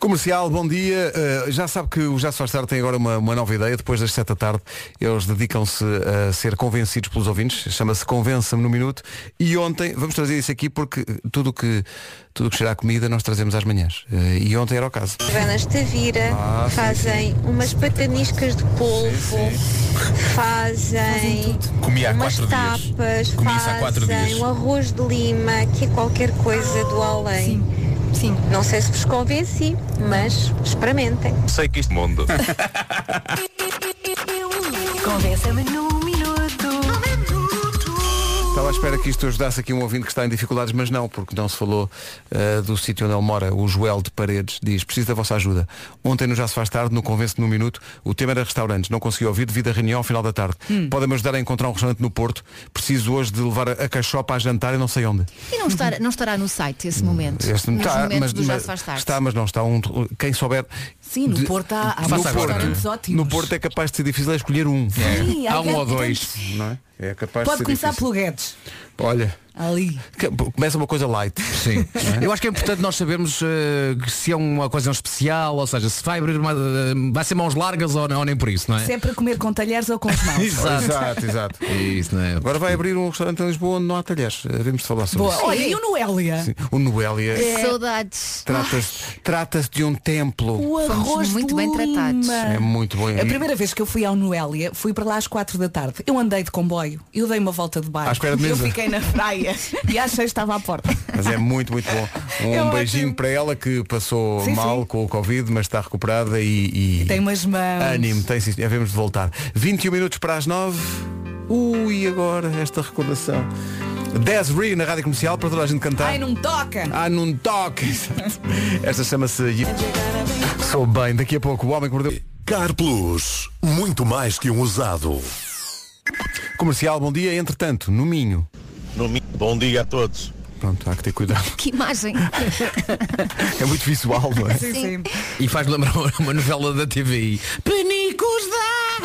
Speaker 1: Comercial, bom dia. Uh, já sabe que o Já Se Faz Tarde tem agora uma, uma nova ideia. Depois das 7 da tarde, eles dedicam-se eh, a ser convencidos pelos ouvintes. Chama-se Convença-me no Minuto. E ontem, vamos trazer isso aqui porque tudo o que, tudo o que cheira a comida nós trazemos às manhãs. Uh, e ontem era o caso.
Speaker 14: Vanas Tavira
Speaker 1: Ah, sim,
Speaker 14: fazem umas pataniscas de polvo, fazem
Speaker 8: Comi há
Speaker 14: umas
Speaker 8: quatro
Speaker 14: tapas,
Speaker 8: dias. Comi isso há quatro
Speaker 14: fazem
Speaker 8: dias.
Speaker 14: um arroz de lima, que é qualquer coisa do além. Sim. Sim. Não sei se vos convenci, mas experimentem.
Speaker 12: Sei que isto mundo.
Speaker 2: Convença-me num minuto.
Speaker 1: Estava à espera que isto ajudasse aqui um ouvinte que está em dificuldades, mas não, porque não se falou uh, do sítio onde ele mora, o Joel de Paredes, diz, preciso da vossa ajuda. Ontem no Já se faz tarde, no Convence num Minuto, o tema era restaurantes, não consegui ouvir devido à reunião ao final da tarde.
Speaker 5: Hum.
Speaker 1: Podem-me ajudar a encontrar um restaurante no Porto, preciso hoje de levar a- a cachopa a jantar e não sei onde.
Speaker 5: E não estará, não estará no site esse momento.
Speaker 1: Este-
Speaker 5: Nos
Speaker 1: tá,
Speaker 5: momentos
Speaker 1: mas,
Speaker 5: do Já
Speaker 1: mas-
Speaker 5: se faz tarde.
Speaker 1: está, mas não está um. Quem souber.
Speaker 4: Sim, no Porto há- há
Speaker 1: no
Speaker 4: muitos restaurantes
Speaker 1: Porto,
Speaker 4: ótimos.
Speaker 1: no Porto é capaz de ser difícil escolher um.
Speaker 4: Sim, há Há um ou tantos. dois.
Speaker 1: Não é? É capaz de
Speaker 4: Pode
Speaker 1: ser
Speaker 4: começar
Speaker 1: difícil.
Speaker 4: pelo Guedes.
Speaker 1: Olha.
Speaker 4: Ali.
Speaker 1: que- Começa uma coisa light.
Speaker 7: Sim. Eu acho que é importante nós sabermos eh, que se é uma coisa especial, ou seja, se vai abrir uma, eh, vai ser mãos largas ou não, nem por isso, não é?
Speaker 4: Se é para comer com talheres ou com as mãos.
Speaker 7: Exato.
Speaker 1: Exato, exato.
Speaker 7: Isso, não é?
Speaker 1: Agora vai abrir um restaurante em Lisboa onde não há talheres. Vimos de falar sobre
Speaker 4: Boa. É.
Speaker 1: isso.
Speaker 4: Olha, e o Noélia?
Speaker 1: Sim, O Noélia
Speaker 5: Que Saudades.
Speaker 1: trata-se trata de um templo.
Speaker 4: O
Speaker 5: Fomos
Speaker 4: arroz
Speaker 5: muito
Speaker 4: de
Speaker 5: bem
Speaker 4: lima.
Speaker 5: tratados.
Speaker 1: É muito bom.
Speaker 4: A primeira vez que eu fui ao Noélia fui para lá às 4 da tarde. Eu andei de comboio, eu dei uma volta de barco.
Speaker 1: À espera de mesa.
Speaker 4: Eu fiquei na praia e achei que estava à porta.
Speaker 1: Mas é muito, muito bom. Um
Speaker 4: É ótimo.
Speaker 1: beijinho para ela que passou
Speaker 4: Sim,
Speaker 1: mal
Speaker 4: sim.
Speaker 1: com o Covid, mas está recuperada e. e-
Speaker 4: Tem umas mãos.
Speaker 1: Ânimo, tem sim. Havemos de voltar. 21 minutos para as 9. Ui, agora esta recordação. 10 Re na rádio comercial para toda a gente cantar.
Speaker 4: Ai, não me toca!
Speaker 1: Ah, num toque! Exato. Esta chama-se Sou bem, daqui a pouco o homem que mordeu.
Speaker 15: Car Plus, muito mais que um usado.
Speaker 1: Comercial, bom dia, entretanto, no Minho.
Speaker 16: No Minho, bom dia a todos.
Speaker 1: Pronto, há que ter cuidado.
Speaker 5: Que imagem.
Speaker 1: É muito visual, não é?
Speaker 5: Sim, sim.
Speaker 7: E faz lembrar uma novela da TVI.
Speaker 5: Panicos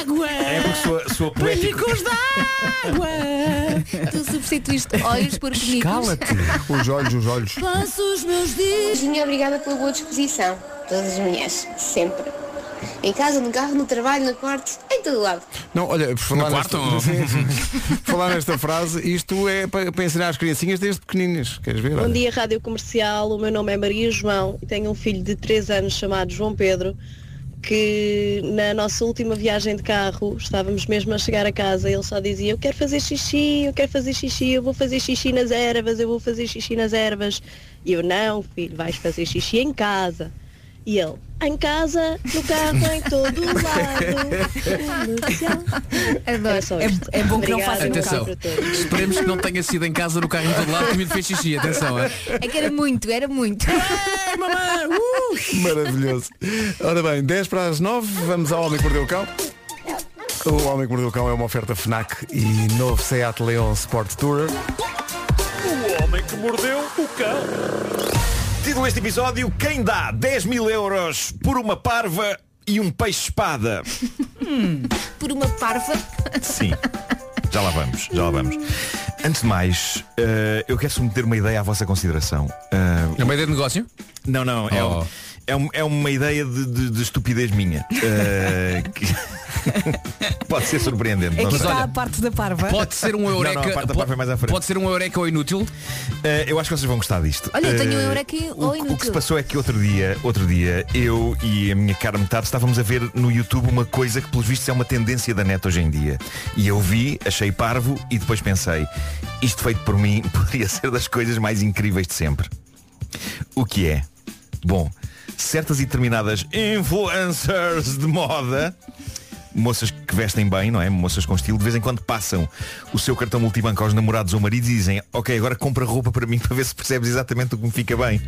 Speaker 5: d'água.
Speaker 7: É porque sua- sua poética-
Speaker 5: Panicos d'água. tu substituíste olhos por panicos.
Speaker 1: Os olhos, os olhos.
Speaker 14: Passo os meus dias. obrigada pela boa disposição. Todas as manhãs, sempre.
Speaker 13: Em casa, no carro, no trabalho, no quarto, em todo lado.
Speaker 1: Não, olha, por falar,
Speaker 7: No quarto,
Speaker 1: nesta...
Speaker 7: ou-
Speaker 1: Sim, sim. falar nesta frase, isto é para, para ensinar às criancinhas desde pequeninas. Queres ver?
Speaker 17: Bom
Speaker 1: Olha.
Speaker 17: dia, Rádio Comercial. O meu nome é Maria João e tenho um filho de 3 anos chamado João Pedro que na nossa última viagem de carro estávamos mesmo a chegar a casa e ele só dizia eu quero fazer xixi, eu quero fazer xixi, eu vou fazer xixi nas ervas, eu vou fazer xixi nas ervas. E eu não, filho, vais fazer xixi em casa. E ele, em casa, no carro, em todo o lado. Comercial. Era só isto.
Speaker 4: É,
Speaker 17: Obrigada,
Speaker 7: Atenção,
Speaker 17: um abraço a todos.
Speaker 7: esperemos que não tenha sido em casa, no carro em todo lado, que o miúdo fez xixi. Atenção, é?
Speaker 5: É que era muito, era muito.
Speaker 1: Maravilhoso. Ora bem, 10 para as 9, vamos ao Homem que Mordeu o Cão. O Homem que Mordeu o Cão é uma oferta FNAC e novo Seat Leon Sport Tourer.
Speaker 16: O homem que mordeu o cão.
Speaker 8: Título deste episódio, quem dá 10 mil euros por uma parva e um peixe-espada?
Speaker 5: Hum, por uma parva.
Speaker 8: Sim. Já lá vamos, já lá vamos. Antes de mais, eh, eu quero submeter uma ideia à vossa consideração. é
Speaker 7: uma ideia de negócio?
Speaker 8: Não, não. É, um- é um- é uma ideia de, de- de estupidez minha. Eh, que- Pode ser surpreendente.
Speaker 4: Aqui
Speaker 8: não sei.
Speaker 4: está a parte da parva.
Speaker 7: Pode ser um eureka.
Speaker 8: Não, não, a parte da parva é mais à frente.
Speaker 7: Pode ser um eureka ou inútil?
Speaker 8: Eh, eu acho que vocês vão gostar disto.
Speaker 5: Olha, eu tenho um
Speaker 8: Eh,
Speaker 5: eureka ou
Speaker 8: O que se
Speaker 5: inútil.
Speaker 8: passou é que outro dia, outro dia, eu e a minha cara metade estávamos a ver no YouTube uma coisa que pelos vistos é uma tendência da net hoje em dia. E eu vi, achei parvo e depois pensei, isto feito por mim poderia ser das coisas mais incríveis de sempre. O que é? Bom, certas e determinadas influencers de moda moças que vestem bem, não é? Moças com estilo, de vez em quando passam o seu cartão multibanco aos namorados ou maridos e dizem, ok, agora compra roupa para mim para ver se percebes exatamente o que me fica bem.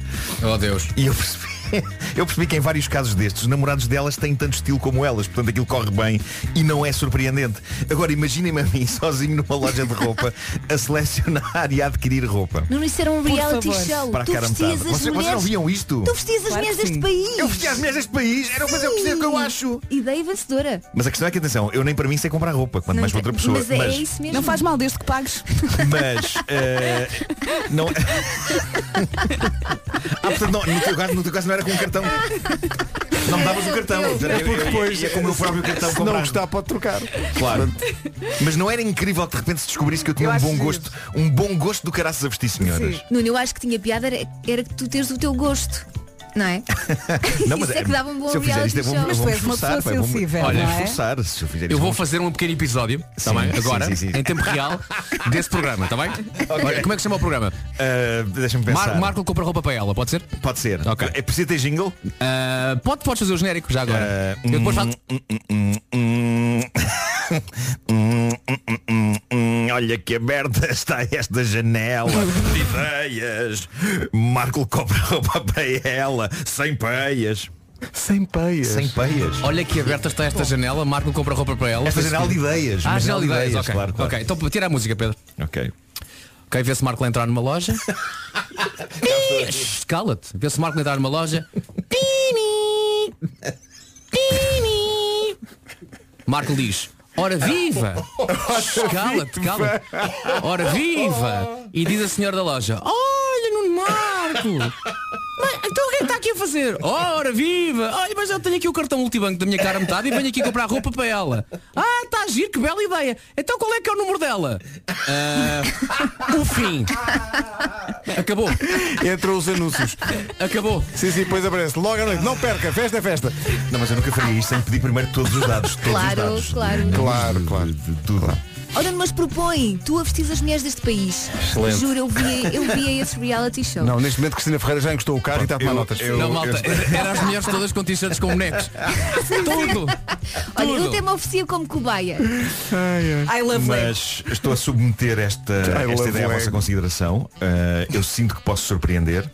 Speaker 7: Oh Deus.
Speaker 8: E eu percebi, eu percebi que em vários casos destes, os namorados delas têm tanto estilo como elas, portanto aquilo corre bem e não é surpreendente. Agora imaginem-me a mim sozinho numa loja de roupa a selecionar e a adquirir roupa.
Speaker 5: Não, isso era um reality
Speaker 8: favor.
Speaker 5: show.
Speaker 8: Para a
Speaker 5: tu
Speaker 8: cara
Speaker 5: vestias
Speaker 8: metade.
Speaker 5: as
Speaker 8: Vocês- vocês
Speaker 5: mulheres.
Speaker 8: não viam isto?
Speaker 5: Tu vestias as
Speaker 8: Claro
Speaker 5: mulheres
Speaker 8: que
Speaker 5: deste
Speaker 8: sim.
Speaker 5: país.
Speaker 8: Eu vestia as mulheres deste país. Era fazer o que eu- que eu acho.
Speaker 5: Ideia vencedora.
Speaker 8: Mas a questão é que, atenção, eu nem para mim sei comprar roupa, quanto mais para outra pessoa.
Speaker 5: Mas é, é isso mesmo.
Speaker 4: Não faz mal desde que pagues.
Speaker 8: Mas eh, não. ah, portanto, não, no, teu caso, no teu caso não era com um cartão. Não me davas o cartão.
Speaker 1: É porque depois,
Speaker 8: é com o meu próprio cartão
Speaker 1: se não
Speaker 8: comprar.
Speaker 1: gostar, pode trocar.
Speaker 8: Claro. Mas não era incrível que de repente se descobrisse que eu tinha um bom gosto. Um bom gosto do caraças a vestir senhoras.
Speaker 5: Nuno, eu acho que tinha piada era, era que tu teres o teu gosto. Não é?
Speaker 8: Não,
Speaker 5: Isso é que dava um bom
Speaker 8: se eu fizer isto,
Speaker 5: reality
Speaker 8: eu vou,
Speaker 5: show.
Speaker 8: eu
Speaker 5: Mas
Speaker 8: vou
Speaker 5: tu
Speaker 8: me
Speaker 5: és uma
Speaker 8: esforçar.
Speaker 5: pessoa
Speaker 8: pá, eu vou me-
Speaker 5: sensível,
Speaker 8: Olha,
Speaker 5: não é?
Speaker 8: esforçar. Se eu fizer
Speaker 7: Eu
Speaker 8: isto,
Speaker 7: vou fazer um pequeno episódio, tá
Speaker 8: Sim,
Speaker 7: bem?
Speaker 8: sim,
Speaker 7: Agora,
Speaker 8: sim, sim, sim.
Speaker 7: em tempo real, desse programa, tá bem? Olha, como é que se chama o programa?
Speaker 8: Eh, Deixa-me pensar.
Speaker 7: Mar Marco compra roupa para ela, pode ser?
Speaker 8: Pode ser.
Speaker 7: Ok.
Speaker 8: É preciso ter jingle?
Speaker 7: pode, podes fazer o genérico já agora.
Speaker 8: Ah,
Speaker 7: Eu depois faço.
Speaker 8: Hum, Olha que aberta está esta janela de ideias. Marco compra roupa para ela, sem peias.
Speaker 1: Sem peias.
Speaker 8: Sem peias.
Speaker 7: Olha que aberta está esta janela, Marco compra roupa para ela.
Speaker 8: Esta janela de ideias,
Speaker 7: Ah,
Speaker 8: mas
Speaker 7: janela de ideias, ok.
Speaker 8: claro, claro.
Speaker 7: Ok, então tira a música, Pedro.
Speaker 8: Ok.
Speaker 7: Ok, vê se Marco lá entrar numa loja. Ih, shh, Cala-te. Vê se Marco lá entrar numa loja. Pini! Pini! Marco diz. Ora viva! Shh, Cala-te, cala-te. Ora viva! E diz a senhora da loja. Olha, Nuno Marco! Mas, então o que é que está aqui a fazer? Ora viva! Olha, mas eu tenho aqui o cartão multibanco da minha cara a metade e venho aqui comprar roupa para ela. Ah, está a giro, que bela ideia. Então qual é que é o número dela? Ah, o fim. Acabou.
Speaker 1: Entram os anúncios.
Speaker 7: Acabou.
Speaker 1: Sim, sim, depois aparece. Logo à noite. Não perca, festa é festa.
Speaker 8: Não, mas eu nunca faria isto sem pedir primeiro todos os dados. Todos os
Speaker 5: Claro,
Speaker 8: dados.
Speaker 5: claro.
Speaker 1: Claro, claro.
Speaker 8: De tudo.
Speaker 5: Olha, mas propõe, tu a vestis as mulheres deste país.
Speaker 1: Excelente.
Speaker 5: Juro, eu via, eu via esse reality show.
Speaker 1: Não, neste momento Cristina Ferreira já encostou o carro e está a tomar notas.
Speaker 7: não, malta, era as mulheres todas com t-shirts com bonecos. Tudo.
Speaker 5: Olha, eu
Speaker 8: tudo.
Speaker 5: até me oferecia como cobaia.
Speaker 4: I love
Speaker 8: Mas estou a submeter esta,
Speaker 1: I
Speaker 8: esta
Speaker 1: love
Speaker 8: ideia à
Speaker 1: leg.
Speaker 8: vossa consideração. Eh, eu sinto que posso surpreender.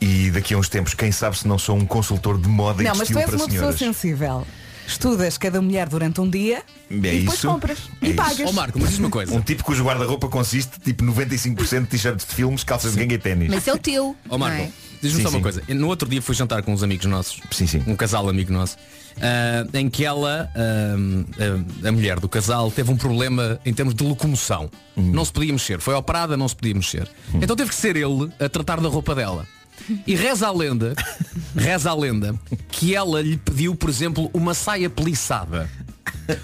Speaker 8: E daqui a uns tempos, quem sabe se não sou um consultor de moda e
Speaker 4: Não,
Speaker 8: de
Speaker 4: mas tu
Speaker 8: estilo
Speaker 4: és
Speaker 8: para
Speaker 4: uma pessoa
Speaker 8: senhoras.
Speaker 4: sensível. Estudas cada mulher durante um dia
Speaker 8: É
Speaker 4: e depois
Speaker 8: isso.
Speaker 4: compras.
Speaker 8: É
Speaker 4: e
Speaker 8: isso.
Speaker 4: pagas.
Speaker 8: Um tipo cujo guarda-roupa consiste tipo 95% de t-shirts de filmes, calças de ganga e ténis.
Speaker 5: Mas é o teu.
Speaker 7: Ó Marco,
Speaker 5: não é?
Speaker 7: diz-me
Speaker 8: Sim,
Speaker 7: só uma
Speaker 8: sim.
Speaker 7: coisa. Eu, No outro dia fui jantar com uns amigos nossos.
Speaker 8: Sim, sim.
Speaker 7: Um casal amigo nosso. ah, em que ela, ah, a, a mulher do casal, teve um problema em termos de
Speaker 1: Hum.
Speaker 7: locomoção. Não se podia mexer. Foi operada, não se podia mexer. Então teve que ser ele a tratar da roupa dela. E reza a lenda, reza a lenda, que ela lhe pediu, por exemplo, uma saia peliçada.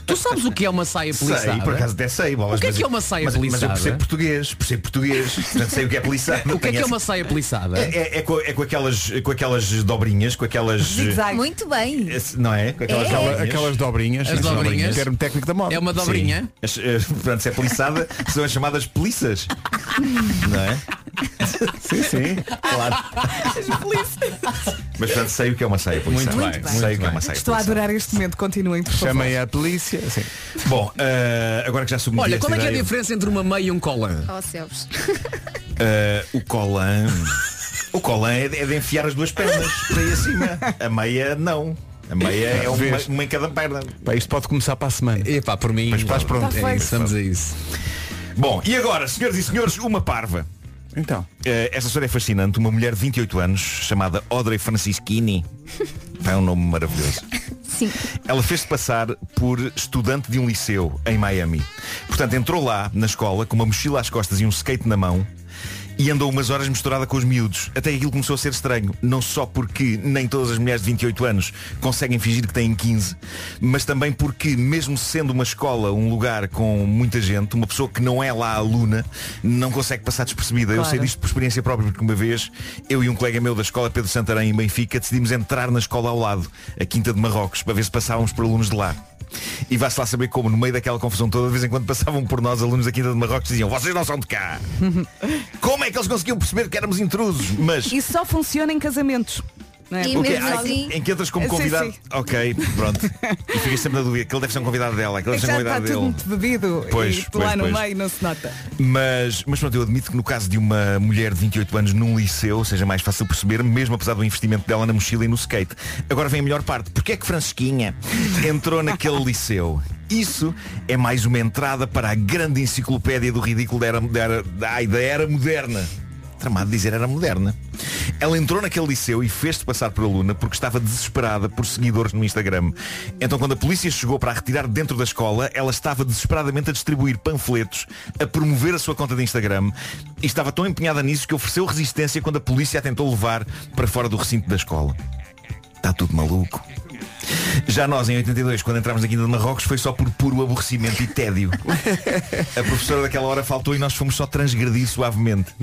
Speaker 7: Tu sabes o que é uma saia peliçada?
Speaker 8: Sei, por acaso até sei. bolas,
Speaker 7: o que é
Speaker 8: mas
Speaker 7: que é
Speaker 8: eu-
Speaker 7: uma saia
Speaker 8: mas, Mas
Speaker 7: peliçada?
Speaker 8: eu percebo português, percebo português, portanto sei o que é peliçada.
Speaker 7: O que é que
Speaker 8: tenho
Speaker 7: é uma
Speaker 8: essa-
Speaker 7: saia peliçada?
Speaker 8: É, é- é com, é com aquelas, com aquelas dobrinhas, com aquelas...
Speaker 5: Muito bem.
Speaker 8: Esse- Não é? Com aquelas,
Speaker 5: É.
Speaker 8: dobrinhas.
Speaker 1: Aquelas dobrinhas,
Speaker 8: As
Speaker 1: sim, sim,
Speaker 8: dobrinhas.
Speaker 1: termo técnico da moda.
Speaker 7: É uma dobrinha?
Speaker 8: Sim. As- eh, portanto, se é poliçada, são as chamadas poliças. Não é? Sim, sim, claro. Mas portanto sei o que é uma saia poliçada.
Speaker 4: Muito bem.
Speaker 8: Sei o que é uma saia
Speaker 4: Estou a
Speaker 8: poliçada.
Speaker 4: adorar este momento, continuem, por favor.
Speaker 8: a polícia. Bom, eh, agora que já submeti
Speaker 7: Olha,
Speaker 8: esta
Speaker 7: qual é que é a
Speaker 8: ideia,
Speaker 7: diferença entre uma meia e um colan?
Speaker 5: Oh céus.
Speaker 8: eh, o colan. O colan é de, é de enfiar as duas pernas daí acima. A meia não. A meia é uma,
Speaker 1: Vês?
Speaker 8: uma em cada perna.
Speaker 1: Pá, isto pode começar para a semana.
Speaker 7: Epá, por mim.
Speaker 1: Mas faz pronto.
Speaker 8: Está feito.
Speaker 7: Estamos a isso.
Speaker 8: Bom, e agora, senhoras e senhores, uma parva.
Speaker 1: Então.
Speaker 8: esta história é fascinante. Uma mulher de 28 anos, chamada Audrey Francischini. É um nome maravilhoso.
Speaker 5: Sim.
Speaker 8: Ela fez-se passar por estudante de um liceu em Miami. Portanto, entrou lá na escola com uma mochila às costas e um skate na mão e andou umas horas misturada com os miúdos. Até que aquilo começou a ser estranho. Não só porque nem todas as mulheres de 28 anos conseguem fingir que têm 15, mas também porque, mesmo sendo uma escola, um lugar com muita gente, uma pessoa que não é lá aluna, não consegue passar despercebida. Eu
Speaker 18: Claro.
Speaker 8: sei disto por experiência própria, porque uma vez eu e um colega meu da escola Pedro Santarém em Benfica decidimos entrar na escola ao lado, a Quinta de Marrocos, para ver se passávamos por alunos de lá. E vá-se lá saber como, no meio daquela confusão toda, de vez em quando passavam por nós alunos da Quinta de Marrocos e diziam, vocês não são de cá. Como é que eles conseguiam perceber que éramos intrusos? Mas
Speaker 4: Isso só funciona em casamentos. não é?
Speaker 8: o quê? Ah, em- em que entras como
Speaker 4: Sim,
Speaker 8: convidado.
Speaker 4: sim.
Speaker 8: Ok, pronto. E ficas sempre na dúvida, que ele deve ser um convidado dela, que ele deve ser um
Speaker 4: É Já está
Speaker 8: convidado
Speaker 4: tudo muito
Speaker 8: dele.
Speaker 4: bebido
Speaker 8: Pois,
Speaker 4: e tu
Speaker 8: pois,
Speaker 4: lá no
Speaker 8: pois.
Speaker 4: meio não se nota.
Speaker 8: Mas, mas pronto, eu admito que no caso de uma mulher de 28 anos num liceu seja mais fácil perceber, mesmo apesar do investimento dela na mochila e no skate. Agora vem a melhor parte. Porquê é que Francisquinha entrou naquele liceu? Isso é mais uma entrada para a grande enciclopédia do ridículo da era, da era, ai, da era moderna. Tramado dizer era moderna. Ela entrou naquele liceu e fez-se passar por aluna porque estava desesperada por seguidores no Instagram. Então quando a polícia chegou para a retirar de dentro da escola, ela estava desesperadamente a distribuir panfletos, a promover a sua conta de Instagram e estava tão empenhada nisso que ofereceu resistência quando a polícia a tentou levar para fora do recinto da escola. Está tudo maluco. Já nós, em 82, quando entrámos aqui de Marrocos, foi só por puro aborrecimento e tédio. A professora daquela hora faltou e nós fomos só transgredir suavemente.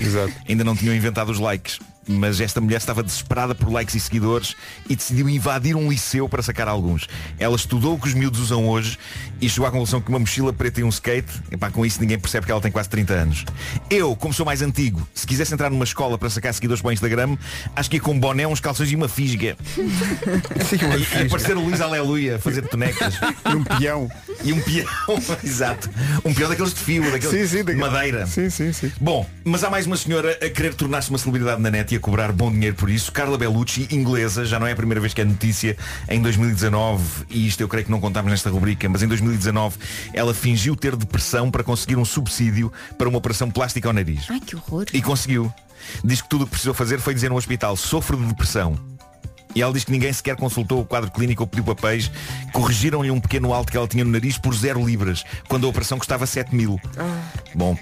Speaker 8: Ainda não tinham inventado os likes. Mas esta mulher estava desesperada por likes e seguidores e decidiu invadir um liceu para sacar alguns. Ela estudou o que os miúdos usam hoje e chegou à conclusão que uma mochila preta e um skate, epá, com isso ninguém percebe que ela tem quase 30 anos. Eu, como sou mais antigo, se quisesse entrar numa escola para sacar seguidores para o Instagram, acho que ia com um boné, uns calções e uma fisga.
Speaker 1: É
Speaker 8: E, e parecer o Luís Aleluia fazer tonecas. E um peão. E um peão, exato. Um peão daqueles de fio, daqueles
Speaker 1: Sim, sim,
Speaker 8: de
Speaker 1: daquele-
Speaker 8: madeira.
Speaker 1: Sim, sim, sim.
Speaker 8: Bom, mas há mais uma senhora a querer tornar-se uma celebridade na net e a cobrar bom dinheiro por isso. Carla Bellucci, inglesa, já não é a primeira vez que é notícia. Em 2019, e isto eu creio que não contámos nesta rubrica, mas em 2019 ela fingiu ter depressão para conseguir um subsídio para uma operação plástica ao nariz.
Speaker 5: Ai, que horror.
Speaker 8: E conseguiu. Diz que tudo o que precisou fazer foi dizer no hospital, sofro de depressão. E ela diz que ninguém sequer consultou o quadro clínico ou pediu papéis. Corrigiram-lhe um pequeno alto que ela tinha no nariz por zero libras, quando a operação custava 7 mil.
Speaker 5: Ah.
Speaker 8: Bom,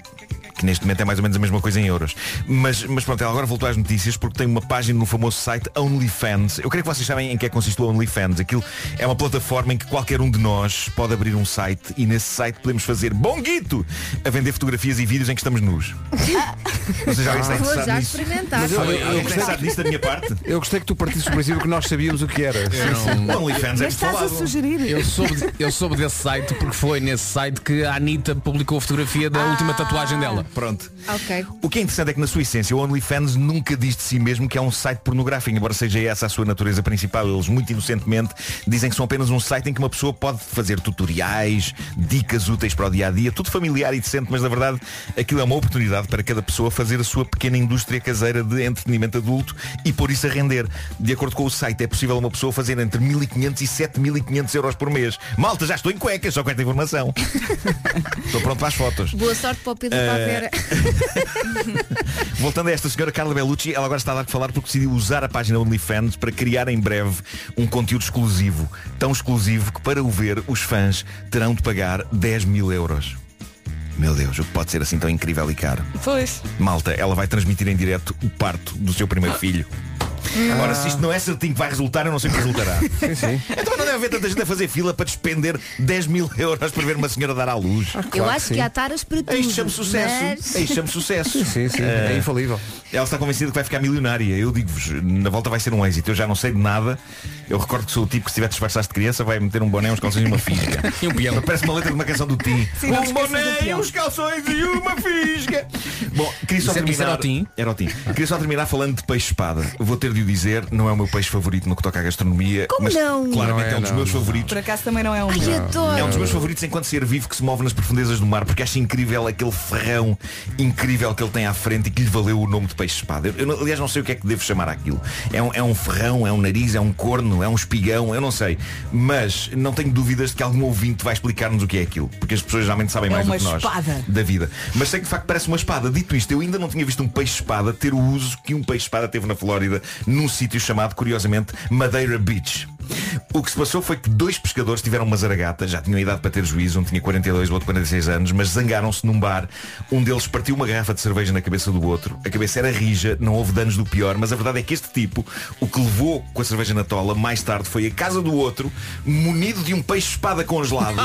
Speaker 8: que neste momento é mais ou menos a mesma coisa em euros. Mas, mas pronto, ela agora voltou às notícias porque tem uma página no famoso site OnlyFans. Eu creio que vocês sabem em que é que consiste o OnlyFans. Aquilo é uma plataforma em que qualquer um de nós pode abrir um site e nesse site podemos fazer bom guito a vender fotografias e vídeos em que estamos nus. Vocês
Speaker 5: Ah.
Speaker 8: já está
Speaker 5: Vou
Speaker 8: interessado
Speaker 5: já
Speaker 8: nisso?
Speaker 5: experimentar.
Speaker 8: Mas eu-
Speaker 5: Sim.
Speaker 8: eu- eu- Alguém pensar nisso da minha parte?
Speaker 1: Eu gostei que tu partisse do princípio que nós sabíamos o que era.
Speaker 8: não- O OnlyFans é Mas estás a falável. sugerir.
Speaker 7: Eu soube, de- eu soube desse site porque foi nesse site que a Anitta publicou a fotografia da última
Speaker 5: Ah.
Speaker 7: tatuagem dela.
Speaker 8: Pronto.
Speaker 5: Ok.
Speaker 8: O que é interessante é que na sua essência o OnlyFans nunca diz de si mesmo que é um site pornográfico, embora seja essa a sua natureza principal. Eles muito inocentemente dizem que são apenas um site em que uma pessoa pode fazer tutoriais, dicas úteis para o dia a dia, tudo familiar e decente, mas na verdade aquilo é uma oportunidade para cada pessoa fazer a sua pequena indústria caseira de entretenimento adulto e por isso a render. De acordo com o site, é possível uma pessoa fazer entre 1.500 e 7.500 euros por mês. Malta, já estou em cuecas só com esta informação. estou pronto para as fotos.
Speaker 5: Boa sorte para o Pedro e para a
Speaker 8: Eh,
Speaker 5: Vera.
Speaker 8: Voltando a esta senhora Carla Bellucci, ela agora está a dar que falar porque decidiu usar a página OnlyFans para criar em breve um conteúdo exclusivo. Tão exclusivo que para o ver os fãs terão de pagar 10 mil euros. Meu Deus, o que pode ser assim tão incrível e caro?
Speaker 18: Pois.
Speaker 8: Malta, ela vai transmitir em direto o parto do seu primeiro filho. Agora, se isto não é certinho que vai resultar, eu não sei o que resultará.
Speaker 1: Sim, sim.
Speaker 8: Então não deve haver tanta gente a fazer fila para despender 10 mil euros para ver uma senhora dar à luz. É
Speaker 5: Eu acho que, há taras para tudo.
Speaker 8: Isto chama sucesso.
Speaker 5: mas-
Speaker 8: É Isto chama sucesso.
Speaker 1: Sim, sim,
Speaker 8: Eh,
Speaker 1: é infalível.
Speaker 8: Ela está convencida que vai ficar milionária. Eu digo-vos, na volta vai ser um êxito. Eu já não sei de nada. Eu recordo que sou o tipo que se tiver disfarçado de criança vai meter um boné, uns calções e uma fisga. e um peão. Parece uma letra de uma canção do Tim.
Speaker 16: Sim, não
Speaker 8: um
Speaker 16: esqueças do
Speaker 8: boné,
Speaker 16: peão.
Speaker 8: uns calções e uma fisga. Bom, queria só
Speaker 7: Isso era-
Speaker 8: terminar.
Speaker 7: isso era o Tim?
Speaker 8: Era o Tim. Queria só terminar falando de peixe-espada. Vou ter de o dizer, não é o meu peixe favorito no que toca à gastronomia.
Speaker 4: Como
Speaker 8: mas
Speaker 4: não?
Speaker 8: Claramente
Speaker 4: Não é,
Speaker 8: é, um dos
Speaker 4: não,
Speaker 8: meus
Speaker 4: não.
Speaker 8: favoritos.
Speaker 4: Por acaso também não é um.
Speaker 5: Ai,
Speaker 4: meu.
Speaker 5: adoro.
Speaker 8: É um dos meus favoritos enquanto ser vivo que se move nas profundezas do mar, porque acho incrível aquele ferrão incrível que ele tem à frente e que lhe valeu o nome de peixe-espada. Eu, eu não- aliás, não sei o que é que devo chamar aquilo. É um, é um ferrão, é um nariz, é um corno, é um espigão, eu não sei. Mas não tenho dúvidas de que algum ouvinte vai explicar-nos o que é aquilo, porque as pessoas geralmente sabem
Speaker 4: É
Speaker 8: mais
Speaker 4: uma
Speaker 8: do que nós
Speaker 4: espada.
Speaker 8: da vida. Mas sei que de facto parece uma espada. Dito isto, eu ainda não tinha visto um peixe-espada ter o uso que um peixe-espada teve na Flórida, num sítio chamado, curiosamente, Madeira Beach. O que se passou foi que dois pescadores tiveram uma zaragata, já tinham idade para ter juízo, um tinha 42, o outro 46 anos, mas zangaram-se num bar. Um deles partiu uma garrafa de cerveja na cabeça do outro. A cabeça era rija, não houve danos do pior, mas a verdade é que este tipo, o que levou com a cerveja na tola, mais tarde foi à casa do outro, munido de um peixe-espada congelado,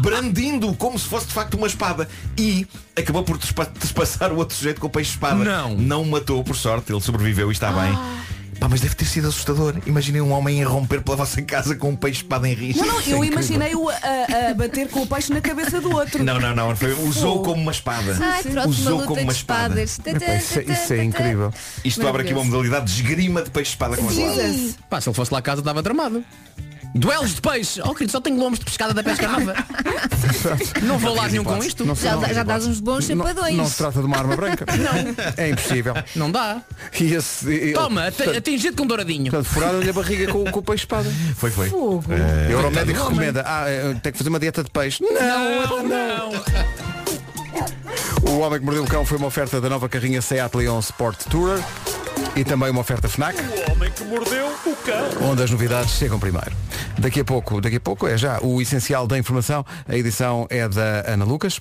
Speaker 8: brandindo-o como se fosse de facto uma espada. E acabou por despa- despassar o outro sujeito com o peixe-espada. Não. Não o matou, por sorte, ele sobreviveu e está bem. Pá, mas deve ter sido assustador. Imaginei um homem a romper pela vossa casa com um peixe-espada em risco.
Speaker 18: Não, não,
Speaker 8: Isso é
Speaker 18: eu
Speaker 8: incrível.
Speaker 18: imaginei-o a, a bater com o peixe na cabeça do outro.
Speaker 8: Não, não, não. Foi, usou como uma espada.
Speaker 18: Ai, pronto, uma
Speaker 8: usou
Speaker 18: luta
Speaker 8: como
Speaker 18: de
Speaker 8: uma espada.
Speaker 18: espadas. Epá, isso é- isso é incrível.
Speaker 8: Isto abre aqui uma modalidade de esgrima de peixe-espada com as latas.
Speaker 7: Pá, se ele fosse lá a casa estava tramado. Duelos de peixe. Oh querido, só tenho lombos de pescada da pesca nova. não vou lá nenhum com isto.
Speaker 5: já, dá- já dás uns bons chapadões.
Speaker 1: Não se trata de uma arma branca.
Speaker 7: Não.
Speaker 1: É impossível.
Speaker 7: Não dá.
Speaker 1: E esse, e-
Speaker 7: Toma, ati-
Speaker 1: portanto,
Speaker 7: atingido com um douradinho.
Speaker 1: portanto, Furaram-lhe a barriga com, com o peixe-espada.
Speaker 8: Foi, foi.
Speaker 1: Fogo.
Speaker 8: Eh,
Speaker 1: o Euromédico
Speaker 8: coitado do
Speaker 1: recomenda. Ah, eh, tem que fazer uma dieta de peixe. É. Não, não. O Homem que Mordeu o Cão foi uma oferta da nova carrinha Seat Leon Sport Tourer e também uma oferta FNAC,
Speaker 16: O homem que mordeu o cão.
Speaker 1: onde as novidades chegam primeiro. Daqui a pouco, daqui a pouco é já o essencial da informação. A edição é da Ana Lucas.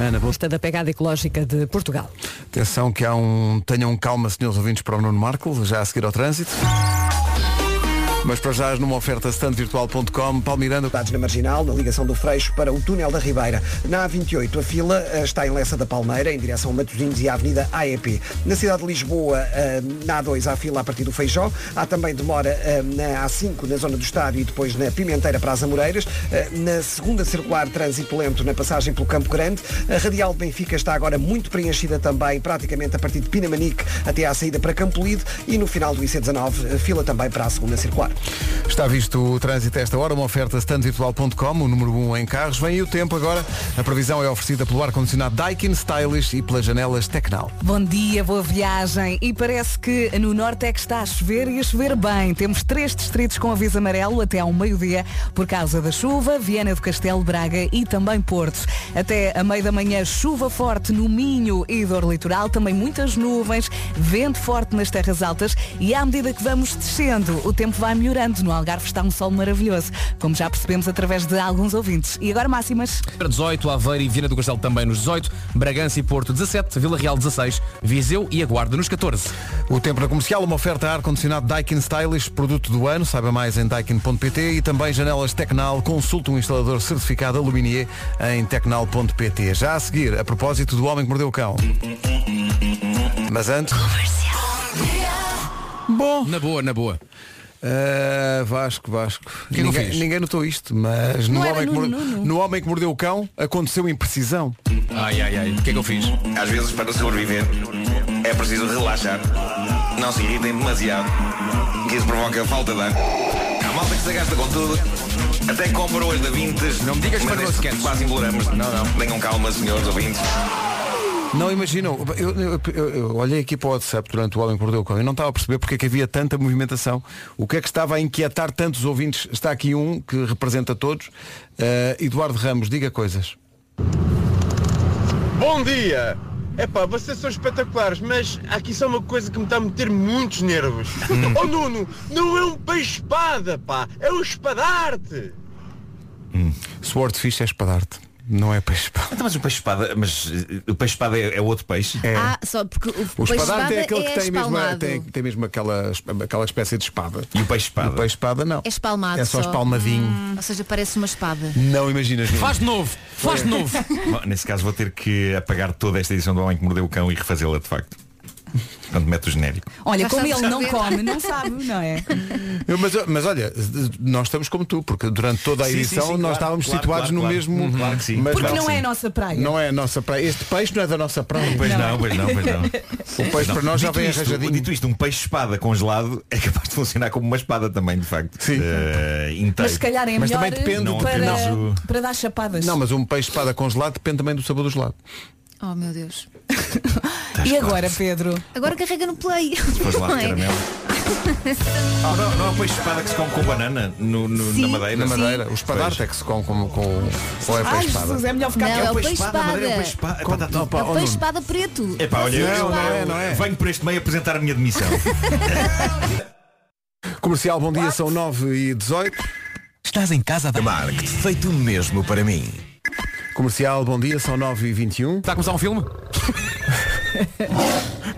Speaker 1: Ana, boa
Speaker 9: Da pegada ecológica de Portugal.
Speaker 1: Atenção que há um. Tenham calma, senhores ouvintes, para o Nuno Marco, já a seguir ao trânsito. Mas para já numa oferta standvirtual.com, Palmirando.
Speaker 3: Dados na marginal, na ligação do Freixo para o túnel da Ribeira. Na A28, a fila eh, está em Lessa da Palmeira, em direção a Matosinhos e à Avenida AEP. Na cidade de Lisboa, eh, na A2, há fila a partir do Feijó. Há também demora eh, na A5, na zona do Estádio, e depois na Pimenteira para as Amoreiras. Eh, Na segunda circular, trânsito lento na passagem pelo Campo Grande. A Radial de Benfica está agora muito preenchida também, praticamente a partir de Pinamanique até à saída para Campolide. E no final do IC19, eh, fila também para a segunda circular.
Speaker 1: Está visto o trânsito a esta hora, uma oferta standvirtual.com, o número 1 um em carros. Vem aí o tempo agora. A previsão é oferecida pelo ar-condicionado Daikin Stylish e pelas janelas Tecnal.
Speaker 4: Bom dia, boa viagem. E parece que no norte é que está a chover e a chover bem. Temos três distritos com aviso amarelo até ao meio-dia por causa da chuva, Viana do Castelo, Braga e também Porto. Até a meio da manhã, chuva forte no Minho e dor litoral, também muitas nuvens, vento forte nas terras altas e à medida que vamos descendo, o tempo vai melhorando. No Algarve está um sol maravilhoso, como já percebemos através de alguns ouvintes. E agora máximas.
Speaker 7: Para 18, Aveiro e Viana do Castelo também nos 18, Bragança e Porto 17, Vila Real 16, Viseu e Aguarda nos 14.
Speaker 1: O tempo na comercial, uma oferta ar-condicionado Daikin Stylish, produto do ano, saiba mais em daikin.pt e também janelas Tecnal, consulte um instalador certificado Aluminier em tecnal.pt. Já a seguir, a propósito do Homem que Mordeu o Cão. Mas antes... Bom.
Speaker 7: Na boa, na boa.
Speaker 1: Eh, Vasco, Vasco.
Speaker 7: que eu
Speaker 1: ninguém,
Speaker 7: fiz?
Speaker 1: ninguém notou isto, mas
Speaker 7: Não
Speaker 1: no
Speaker 7: era
Speaker 1: homem, que
Speaker 7: Nuno,
Speaker 1: Mordeu-
Speaker 7: Nuno.
Speaker 1: no homem que mordeu o cão aconteceu imprecisão.
Speaker 8: Ai, ai, ai. O que é que eu fiz? Às vezes, para sobreviver, é preciso relaxar. Não se irritem demasiado, que isso provoca falta de ar. A malta que se gasta com tudo, até compra hoje da Vintes. Não me digas para nós que quase embolamos. Não, não. Tenham calma, senhores ouvintes.
Speaker 1: Não imaginam, eu, eu- eu- eu olhei aqui para o WhatsApp durante o Homem que Mordeu o Cão e não estava a perceber porque é que havia tanta movimentação. O que é que estava a inquietar tantos ouvintes? Está aqui um que representa todos. Eh, Eduardo Ramos, diga coisas.
Speaker 19: Bom dia! Epá, vocês são espetaculares, mas há aqui só uma coisa que me está a meter muitos nervos.
Speaker 16: Hum.
Speaker 19: oh Nuno, não é um peixe-espada, pá! É um espadarte!
Speaker 1: Swordfish é espadarte. Não é peixe espada.
Speaker 8: Então, mas o peixe espada, mas eh, o peixe espada é, é outro peixe?
Speaker 5: Ah, só porque o,
Speaker 1: O espadarte
Speaker 5: peixe
Speaker 1: é
Speaker 5: espada
Speaker 1: aquele que tem mesmo, a-
Speaker 5: espalmado.
Speaker 1: tem, tem mesmo aquela, aquela espécie de espada.
Speaker 8: E o peixe espada?
Speaker 1: O peixe espada não.
Speaker 5: É espalmado
Speaker 1: É só espalmadinho.
Speaker 5: Hum, ou seja, parece uma espada.
Speaker 1: Não imaginas. Nuno.
Speaker 7: Faz de novo, faz de novo.
Speaker 8: Bom, Nesse caso vou ter que apagar toda esta edição do Homem que Mordeu o Cão e refazê-la de facto. Quando mete o genérico.
Speaker 4: Olha,
Speaker 9: Já
Speaker 4: como
Speaker 9: sabes
Speaker 4: ele não
Speaker 9: escrever.
Speaker 4: come, não sabe, não é?
Speaker 1: Eu, mas, mas olha, nós estamos como tu, porque durante toda a
Speaker 8: Sim, sim,
Speaker 1: edição
Speaker 8: sim,
Speaker 1: nós
Speaker 8: claro,
Speaker 1: estávamos
Speaker 8: claro,
Speaker 1: situados
Speaker 8: claro,
Speaker 1: no
Speaker 8: claro.
Speaker 1: mesmo.
Speaker 8: Uhum. Claro que sim.
Speaker 1: Mas
Speaker 4: Porque
Speaker 1: claro
Speaker 4: não
Speaker 1: que
Speaker 4: é a
Speaker 1: sim.
Speaker 4: nossa praia.
Speaker 1: Não é a nossa praia. Este peixe não é da nossa praia.
Speaker 8: Pois não, pois não, pois não.
Speaker 1: O peixe para nós já
Speaker 8: Dito
Speaker 1: vem
Speaker 8: isto,
Speaker 1: arranjadinho.
Speaker 8: Dito isto, um peixe espada congelado é capaz de funcionar como uma espada também, de facto. Sim. inteiro.
Speaker 4: Mas se calhar é
Speaker 1: Mas
Speaker 4: melhor
Speaker 1: também depende do que-
Speaker 4: para,
Speaker 1: não.
Speaker 4: para dar chapadas.
Speaker 1: Não, mas um peixe espada congelado depende também do sabor do gelado.
Speaker 5: Oh meu Deus.
Speaker 4: E agora, Pedro?
Speaker 1: É
Speaker 5: Agora carrega no play.
Speaker 8: Depois lá
Speaker 5: Não
Speaker 8: de
Speaker 5: é?
Speaker 8: caramelo. Ah, não, não há peixe espada que se come com banana no- no- na madeira.
Speaker 1: Na madeira, o espadarte é que se come com, com, ou é para a
Speaker 4: Ai,
Speaker 1: espada.
Speaker 4: Jesus, é melhor ficar
Speaker 5: Não,
Speaker 4: quieto.
Speaker 5: é o peixe espada.
Speaker 8: Madeira é um peixe espada. Epá, tá tudo-
Speaker 5: É o peixe espada preto.
Speaker 8: Epá, olha,
Speaker 1: Não,
Speaker 8: eu,
Speaker 1: não é,
Speaker 8: eu
Speaker 1: não é.
Speaker 8: venho por este meio apresentar a minha demissão.
Speaker 1: Comercial, bom dia, são 9 e 18.
Speaker 20: Estás em casa da Mark, feito mesmo para mim.
Speaker 1: Comercial, bom dia, são 9 e 21.
Speaker 7: Está a começar um filme?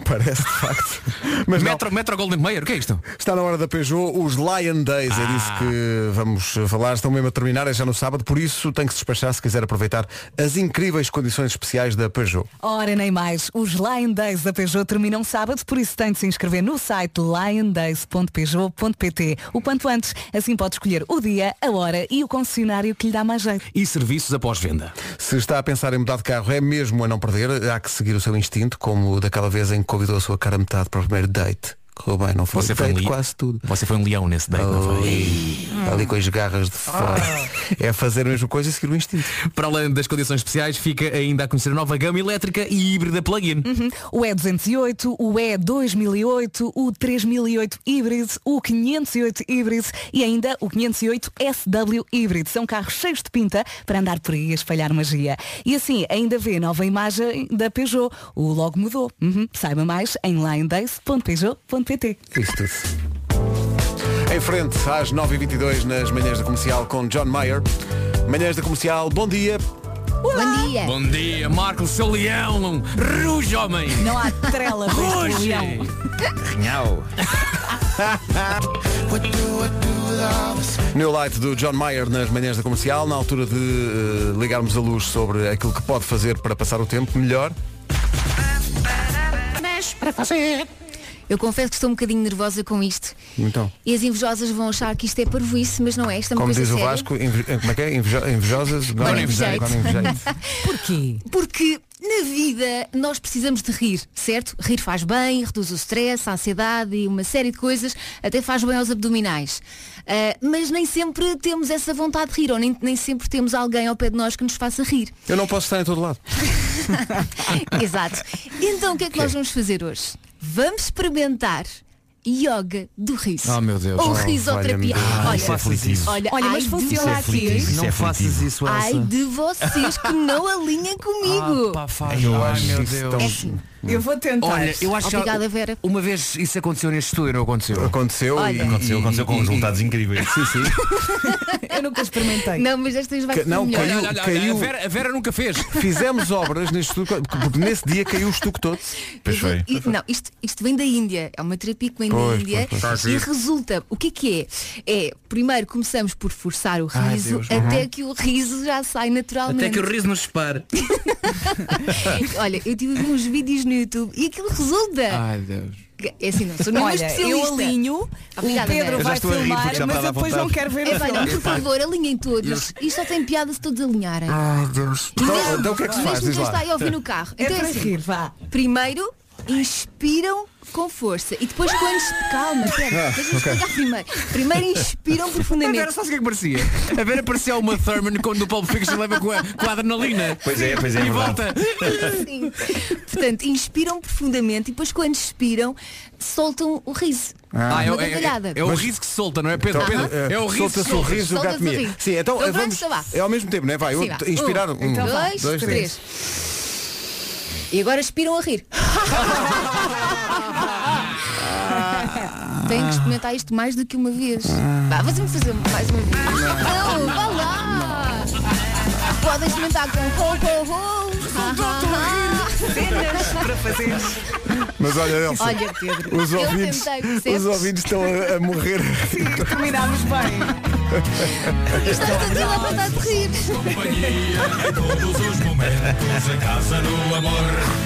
Speaker 1: Parece, de facto. Mas não.
Speaker 7: Metro, Metro Golden Mayer, o que é isto?
Speaker 1: Está na hora da Peugeot, os Lion Days, é
Speaker 7: Ah.
Speaker 1: disso que vamos falar, estão mesmo a terminar, é já no sábado, por isso tem que se despachar se quiser aproveitar as incríveis condições especiais da Peugeot.
Speaker 4: Ora, nem mais. Os Lion Days da Peugeot terminam sábado, por isso tem de se inscrever no site liondays.peugeot.pt o quanto antes. Assim pode escolher o dia, a hora e o concessionário que lhe dá mais jeito.
Speaker 7: E serviços após venda.
Speaker 1: Se está a pensar em mudar de carro, é mesmo a não perder, há que seguir o seu instinto, como daquela vez em que convidou a sua cara metade para o primeiro date. Correu bem, não foi?
Speaker 7: Você foi
Speaker 1: date
Speaker 7: um li-
Speaker 1: quase tudo.
Speaker 7: Você foi um leão nesse date, não foi?
Speaker 1: Está ali com as garras de fora. É fazer a mesma coisa e seguir o instinto.
Speaker 7: Para além das condições especiais, fica ainda a conhecer a nova gama elétrica e híbrida plug-in.
Speaker 4: O E208, o E2008, o 3008 híbrido, o 508 híbrido e ainda o 508 SW híbrido. São carros cheios de pinta para andar por aí a espalhar magia. E assim, ainda vê a nova imagem da Peugeot. O logo mudou. Uhum. Saiba mais em liondays.peugeot.pt
Speaker 1: Isso tudo. Em frente às 9h22 nas manhãs da comercial com John Mayer. Manhãs da comercial, bom dia.
Speaker 5: Bom dia.
Speaker 7: Bom dia, Marco, seu leão! Ruge, homem!
Speaker 4: Não há trela para este
Speaker 7: Ruge!
Speaker 4: leão.
Speaker 8: Rinhau.
Speaker 1: New Light do John Mayer nas manhãs da comercial, na altura de eh, ligarmos a luz sobre aquilo que pode fazer para passar o tempo melhor.
Speaker 5: Mas para fazer. Eu confesso que estou um bocadinho nervosa com isto.
Speaker 1: Então,
Speaker 5: E as invejosas vão achar que isto é parvoíce, mas não é. Isto é uma
Speaker 1: como
Speaker 5: coisa
Speaker 1: diz o
Speaker 5: séria.
Speaker 1: Vasco, inve- eh, como é que é? Invejo- invejosas?
Speaker 5: Dá-lhe
Speaker 1: Agora
Speaker 5: jeito.
Speaker 1: agora invejei.
Speaker 4: Porquê?
Speaker 5: Porque na vida nós precisamos de rir, certo? Rir faz bem, reduz o stress, a ansiedade e uma série de coisas, até faz bem aos abdominais. Ah, mas nem sempre temos essa vontade de rir, ou nem, nem sempre temos alguém ao pé de nós que nos faça rir.
Speaker 1: Eu não posso estar em todo lado.
Speaker 5: Exato. Então o que é que nós vamos fazer hoje? Vamos experimentar yoga do riso.
Speaker 7: Oh, meu Deus.
Speaker 5: Ou
Speaker 7: Oh,
Speaker 5: risoterapia.
Speaker 7: valha-me Deus. Ah,
Speaker 5: Olha,
Speaker 7: isso é aflitivo.
Speaker 5: olha,
Speaker 4: Olha, mas
Speaker 5: ai de
Speaker 4: funciona assim.
Speaker 5: vocês.
Speaker 4: aqui.
Speaker 8: Isso é aflitivo.
Speaker 5: Ai de vocês que não alinhem
Speaker 7: Ah,
Speaker 5: comigo.
Speaker 8: Eu acho
Speaker 7: meu
Speaker 1: isso
Speaker 7: Deus.
Speaker 1: tão-
Speaker 5: É assim.
Speaker 4: Eu vou tentar.
Speaker 7: Olha, eu acho
Speaker 5: Obrigada,
Speaker 7: que
Speaker 5: Vera.
Speaker 7: uma vez isso aconteceu neste estúdio, não aconteceu?
Speaker 1: Aconteceu
Speaker 5: Olha.
Speaker 1: e
Speaker 8: Aconteceu, aconteceu com um
Speaker 1: e-
Speaker 8: resultados incríveis.
Speaker 1: Sim, sim.
Speaker 4: Eu nunca experimentei.
Speaker 5: Não, mas esta vez vai
Speaker 1: Que-
Speaker 5: ser
Speaker 1: não,
Speaker 5: melhor.
Speaker 1: caiu- caiu-
Speaker 7: a, Vera, a Vera nunca fez.
Speaker 1: Fizemos obras neste estuco, porque nesse dia caiu o estuco todo.
Speaker 8: Pois foi.
Speaker 5: E- não, isto, isto vem da Índia. É uma terapia que vem
Speaker 1: Pois,
Speaker 5: da Índia.
Speaker 1: pois, pois.
Speaker 5: E resulta, o que é que é? É, primeiro começamos por forçar o
Speaker 7: Ai,
Speaker 5: riso
Speaker 7: Deus.
Speaker 5: até que o riso já sai naturalmente.
Speaker 7: riso nos separe.
Speaker 5: Olha, eu tive uns vídeos no YouTube e aquilo
Speaker 1: Ah.
Speaker 5: resulta.
Speaker 7: Ai, Deus.
Speaker 5: É assim, não sou nenhuma
Speaker 4: Olha,
Speaker 5: especialista.
Speaker 4: eu alinho,
Speaker 5: Obrigada,
Speaker 4: o Pedro
Speaker 5: Vera.
Speaker 8: Eu já
Speaker 4: vai
Speaker 8: estou a rir, porque
Speaker 4: filmar,
Speaker 8: já me
Speaker 4: mas
Speaker 8: dá
Speaker 4: eu depois
Speaker 8: vontade.
Speaker 4: não quero ver
Speaker 5: É,
Speaker 4: o
Speaker 5: pá,
Speaker 4: filme.
Speaker 5: não, por favor, alinhem todos. Isto só tem piada se todos alinharem.
Speaker 1: Ai, Deus.
Speaker 5: E
Speaker 1: Ah. Então,
Speaker 5: mesmo,
Speaker 1: então o que é que se faz?
Speaker 5: mesmo
Speaker 1: Diz
Speaker 5: quem
Speaker 1: lá.
Speaker 5: está aí a ouvir no carro.
Speaker 4: É
Speaker 5: Então é
Speaker 4: para
Speaker 5: assim,
Speaker 4: rir, vá.
Speaker 5: Primeiro, inspiram com força. E depois quando... exp- Calma,
Speaker 1: Ah,
Speaker 5: pera. Deixa-me explicar primeiro. Primeiro inspiram
Speaker 7: A Vera,
Speaker 5: profundamente.
Speaker 7: sabes o que é que parecia? A Vera parecia uma Thurman quando o Paulo Fiction leva com a, com a adrenalina.
Speaker 8: Pois é, pois é, é verdade.
Speaker 7: E volta.
Speaker 5: Sim. Portanto, inspiram profundamente e depois quando expiram, soltam o riso.
Speaker 7: Ah, é,
Speaker 5: uma
Speaker 7: é- é-
Speaker 5: gargalhada.
Speaker 7: é o riso que se solta, não é Pedro?
Speaker 5: Tá
Speaker 1: Então,
Speaker 7: Pedro,
Speaker 1: eh,
Speaker 7: é o riso
Speaker 1: solta
Speaker 7: que se solta.
Speaker 1: sorriso, o
Speaker 5: Solta
Speaker 1: gato mia.
Speaker 5: sorriso.
Speaker 1: Sim, então,
Speaker 5: Então
Speaker 1: eh, vamos.
Speaker 5: pronto, vá.
Speaker 1: É ao mesmo tempo, não é? Vai,
Speaker 5: Sim,
Speaker 1: eu-
Speaker 5: vá.
Speaker 1: inspirar
Speaker 5: Um,
Speaker 1: um,
Speaker 5: dois, três. E agora expiram a rir. Tenho que experimentar isto mais do que uma vez. Vá, vamos fazer mais uma vez. Não, vá lá! Podem experimentar com com- com- com-
Speaker 2: Cenas para fazer.
Speaker 1: Mas olha, Elsa,
Speaker 5: Olha, Pedro,
Speaker 1: os,
Speaker 5: eu
Speaker 1: ouvintes,
Speaker 5: tentei, percebes?
Speaker 1: os ouvintes estão a, a morrer. Sim,
Speaker 4: terminámos bem.
Speaker 5: Estás a dizer lá para estar de rir.
Speaker 21: Em todos os momentos, em casa, no amor,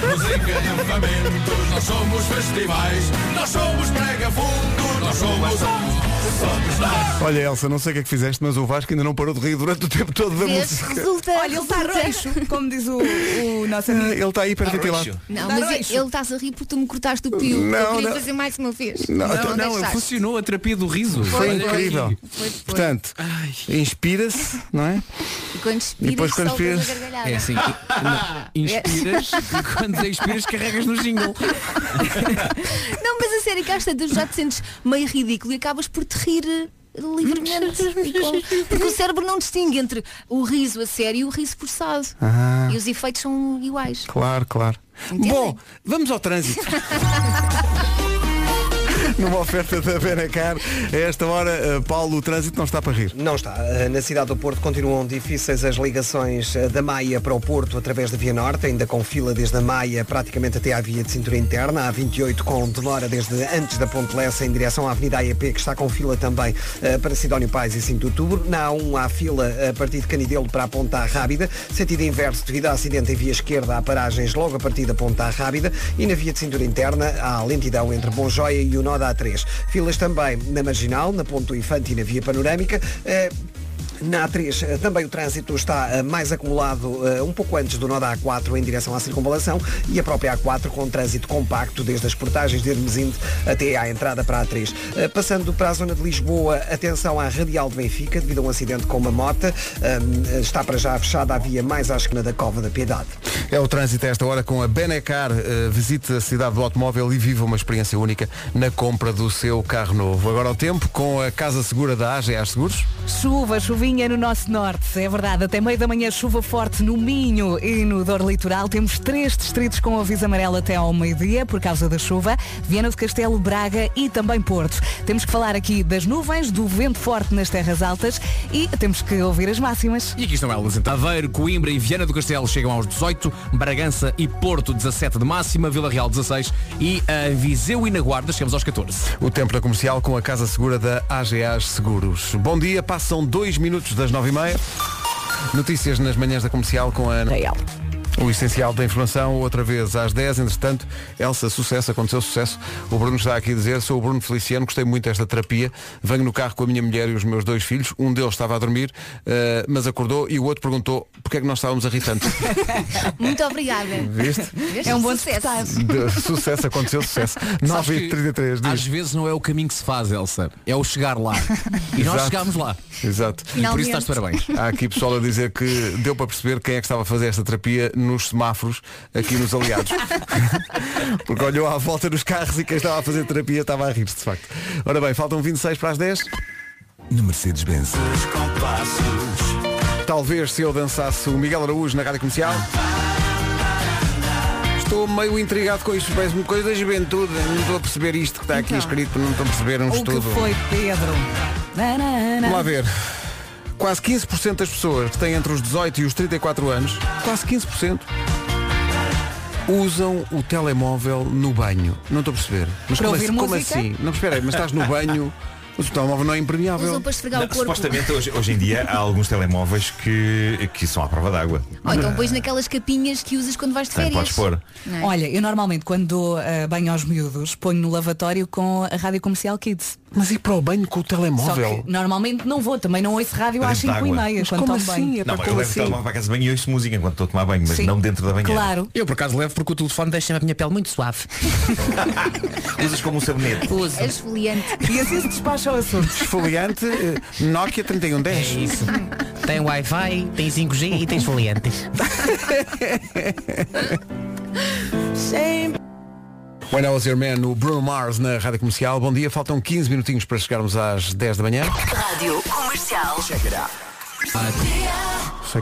Speaker 21: nos engalhafamentos, nós somos festivais, nós somos prega fundo, nós somos, somos, somos nós.
Speaker 1: Olha, Elsa, não sei o que é que fizeste, mas o Vasco ainda não parou de rir durante o tempo todo da música.
Speaker 4: Olha, ele está roxo, como diz o, o nosso
Speaker 1: Ah,
Speaker 4: amigo.
Speaker 1: Ele está aí perpendicular.
Speaker 5: Não,
Speaker 4: Dar
Speaker 5: mas
Speaker 4: eixo.
Speaker 5: ele está-se a rir porque tu me cortaste o pio.
Speaker 1: Não,
Speaker 5: eu queria
Speaker 1: não.
Speaker 5: fazer mais uma vez.
Speaker 1: Não, então-
Speaker 7: Não, não,
Speaker 5: deixaste.
Speaker 7: funcionou a terapia do riso.
Speaker 1: Foi
Speaker 7: Olha aqui.
Speaker 1: incrível. Portanto, inspira-se, não é?
Speaker 5: E quando
Speaker 1: E depois
Speaker 5: expiras,
Speaker 1: quando
Speaker 5: soltas a
Speaker 1: expiras-
Speaker 5: gargalhada.
Speaker 1: É assim,
Speaker 7: não, Inspiras e quando expiras carregas no jingle.
Speaker 5: Não, mas a sério, que às tantas já te sentes meio ridículo e acabas por te rir eh, livremente. E com- Porque o cérebro não distingue entre o riso a sério e o riso forçado.
Speaker 1: Ah.
Speaker 5: E os efeitos são iguais.
Speaker 1: Claro, claro. Bom, vamos ao trânsito. Numa oferta da Benacar, a esta hora, eh, Paulo, o trânsito não está para rir.
Speaker 3: Não está. Eh, Na cidade do Porto continuam difíceis as ligações eh, da Maia para o Porto através da Via Norte, ainda com fila desde a Maia praticamente até à Via de Cintura Interna, a 28 com demora desde antes da Ponte Lessa em direção à Avenida AEP, que está com fila também eh, para Sidónio Pais e 5 de Outubro. Na A1 há fila eh, a partir de Canidelo para a Ponta à Rábida, sentido inverso devido a acidente em via esquerda há paragens logo a partir da Ponta à Rábida e na Via de Cintura Interna há lentidão entre Bonjoia e o Nó da A3. Filas também na Marginal, na Ponto Infante e na Via Panorâmica. Eh, na A3 eh, também o trânsito está eh, mais acumulado eh, um pouco antes do nó da A4 em direção à circunvalação e a própria A4 com trânsito compacto desde as portagens de Hermesinde até à entrada para a A3. Eh, Passando para a zona de Lisboa, atenção à Radial de Benfica devido a um acidente com uma mota. Eh, Está para já fechada a via mais à esquina da Cova da Piedade.
Speaker 1: É o trânsito a esta hora com a Benecar. Eh, Visite a cidade do automóvel e viva uma experiência única na compra do seu carro novo. Agora ao tempo com a Casa Segura da AGA Seguros.
Speaker 4: Chuva, chuvinha no nosso norte, é verdade. Até meio da manhã chuva forte no Minho e no Douro Litoral. Temos três distritos com aviso amarelo até ao meio-dia por causa da chuva. Viana do Castelo, Braga e também Porto. Temos que falar aqui das nuvens, do vento forte nas terras altas e temos que ouvir as máximas.
Speaker 7: E aqui estão elas, então Aveiro, Coimbra e Viana do Castelo chegam aos 18, Bragança e Porto 17 de máxima, Vila Real 16 e a Viseu e na Guarda chegamos aos 14.
Speaker 1: O tempo da comercial com a Casa Segura da AGA Seguros. Bom dia, passam dois minutos das nove e meia. Notícias nas manhãs da comercial com a Ana. O essencial da informação, outra vez às 10, entretanto, Elsa, sucesso, aconteceu sucesso. O Bruno está aqui a dizer, sou o Bruno Feliciano, gostei muito desta terapia. Venho no carro com a minha mulher e os meus dois filhos. Um deles estava a dormir, eh, mas acordou e o outro perguntou porque é que nós estávamos a rir tanto.
Speaker 5: Muito obrigada.
Speaker 1: Viste?
Speaker 5: Veste? É um bom sucesso.
Speaker 1: De- sucesso, aconteceu sucesso.
Speaker 7: Sabes
Speaker 1: 9
Speaker 7: que
Speaker 1: e 33 diz.
Speaker 7: Às vezes não é o caminho que se faz, Elsa, é o chegar lá. E nós
Speaker 1: Exato.
Speaker 7: chegámos lá.
Speaker 1: Exato.
Speaker 7: E por isso Finalmente. estás de parabéns.
Speaker 1: Há aqui pessoal a dizer que deu para perceber quem é que estava a fazer esta terapia nos semáforos aqui nos aliados. Porque olhou à volta dos carros e quem estava a fazer terapia estava a rir-se, de facto. Ora bem, faltam 26 para as 10.
Speaker 20: No Mercedes-Benz.
Speaker 1: Talvez se eu dançasse o Miguel Araújo na Rádio Comercial. Estou meio intrigado com isto, parece-me coisa da juventude. Não estou a perceber isto que está aqui
Speaker 4: Então.
Speaker 1: escrito, não estou a perceber um
Speaker 4: o
Speaker 1: estudo.
Speaker 4: que foi, Pedro? Na, na, na.
Speaker 1: Vamos lá ver. Quase 15% das pessoas que têm entre os 18 e os 34 anos, quase 15%, usam o telemóvel no banho. Não estou a perceber. Mas
Speaker 4: Para
Speaker 1: como,
Speaker 4: ouvir
Speaker 1: assim, como
Speaker 4: música?
Speaker 1: assim? Não, espera aí, mas estás no banho, mas o telemóvel não é impermeável.
Speaker 5: Usam para esfregar o corpo.
Speaker 8: Supostamente hoje, hoje em dia há alguns telemóveis que, que são à prova d'água.
Speaker 5: Ou então pões naquelas capinhas que usas quando vais de
Speaker 8: Também
Speaker 5: férias.
Speaker 8: podes pôr.
Speaker 5: Não é?
Speaker 4: Olha, eu normalmente quando dou eh, banho aos miúdos, ponho no lavatório com a rádio comercial Kids.
Speaker 1: Mas ir para o banho com o
Speaker 4: Só
Speaker 1: telemóvel?
Speaker 4: que normalmente não vou, também não ouço rádio
Speaker 8: Para
Speaker 4: às
Speaker 8: dentro
Speaker 4: 5
Speaker 8: de
Speaker 4: e
Speaker 8: água.
Speaker 4: meia
Speaker 8: Mas
Speaker 4: quando
Speaker 8: como
Speaker 4: tomo
Speaker 1: É
Speaker 8: assim?
Speaker 4: banho.
Speaker 8: Não, mas eu levo o telemóvel para casa de banho e ouço música enquanto estou a tomar banho, mas
Speaker 4: Sim.
Speaker 8: não dentro da banheira.
Speaker 4: Claro.
Speaker 7: Eu por acaso levo porque telefone deixa a minha pele muito suave.
Speaker 8: Usas como um sabonete.
Speaker 7: Uso.
Speaker 5: É esfoliante.
Speaker 4: E assim se despacha o assunto.
Speaker 1: Esfoliante eh, Nokia 3110. É isso.
Speaker 7: Tem Wi-Fi, tem 5G e tem esfoliante.
Speaker 1: When I Was Your Man, o Bruno Mars na Rádio Comercial. Bom dia, faltam 15 minutinhos para chegarmos às 10 da manhã.
Speaker 2: Rádio Comercial.
Speaker 1: Sei que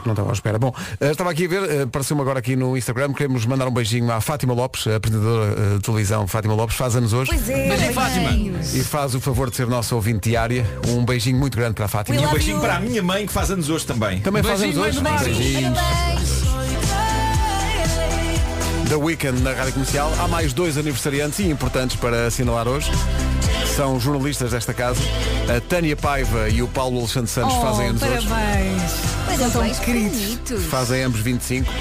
Speaker 1: não estava à espera. Bom, eh, estava aqui a ver, eh, apareceu-me agora aqui no Instagram, queremos mandar um beijinho à Fátima Lopes, a apresentadora eh, de televisão Fátima Lopes, faz anos hoje.
Speaker 4: Pois é, Beijinho, Fátima. beijinhos.
Speaker 1: E faz o favor de ser nossa ouvinte diária. Um beijinho muito grande para a Fátima.
Speaker 8: E um beijinho para a minha mãe que faz anos hoje também.
Speaker 1: Também faz anos hoje. Beijinhos. The Weekend na Rádio Comercial. Há mais dois aniversariantes e importantes para assinalar hoje. São jornalistas desta casa. A Tânia Paiva e o Paulo Alexandre Santos
Speaker 4: oh,
Speaker 1: fazem anos hoje.
Speaker 4: parabéns. São tão
Speaker 5: Parabéns,
Speaker 4: Então,
Speaker 8: é
Speaker 4: queridos.
Speaker 5: bonitos.
Speaker 1: Fazem ambos 25,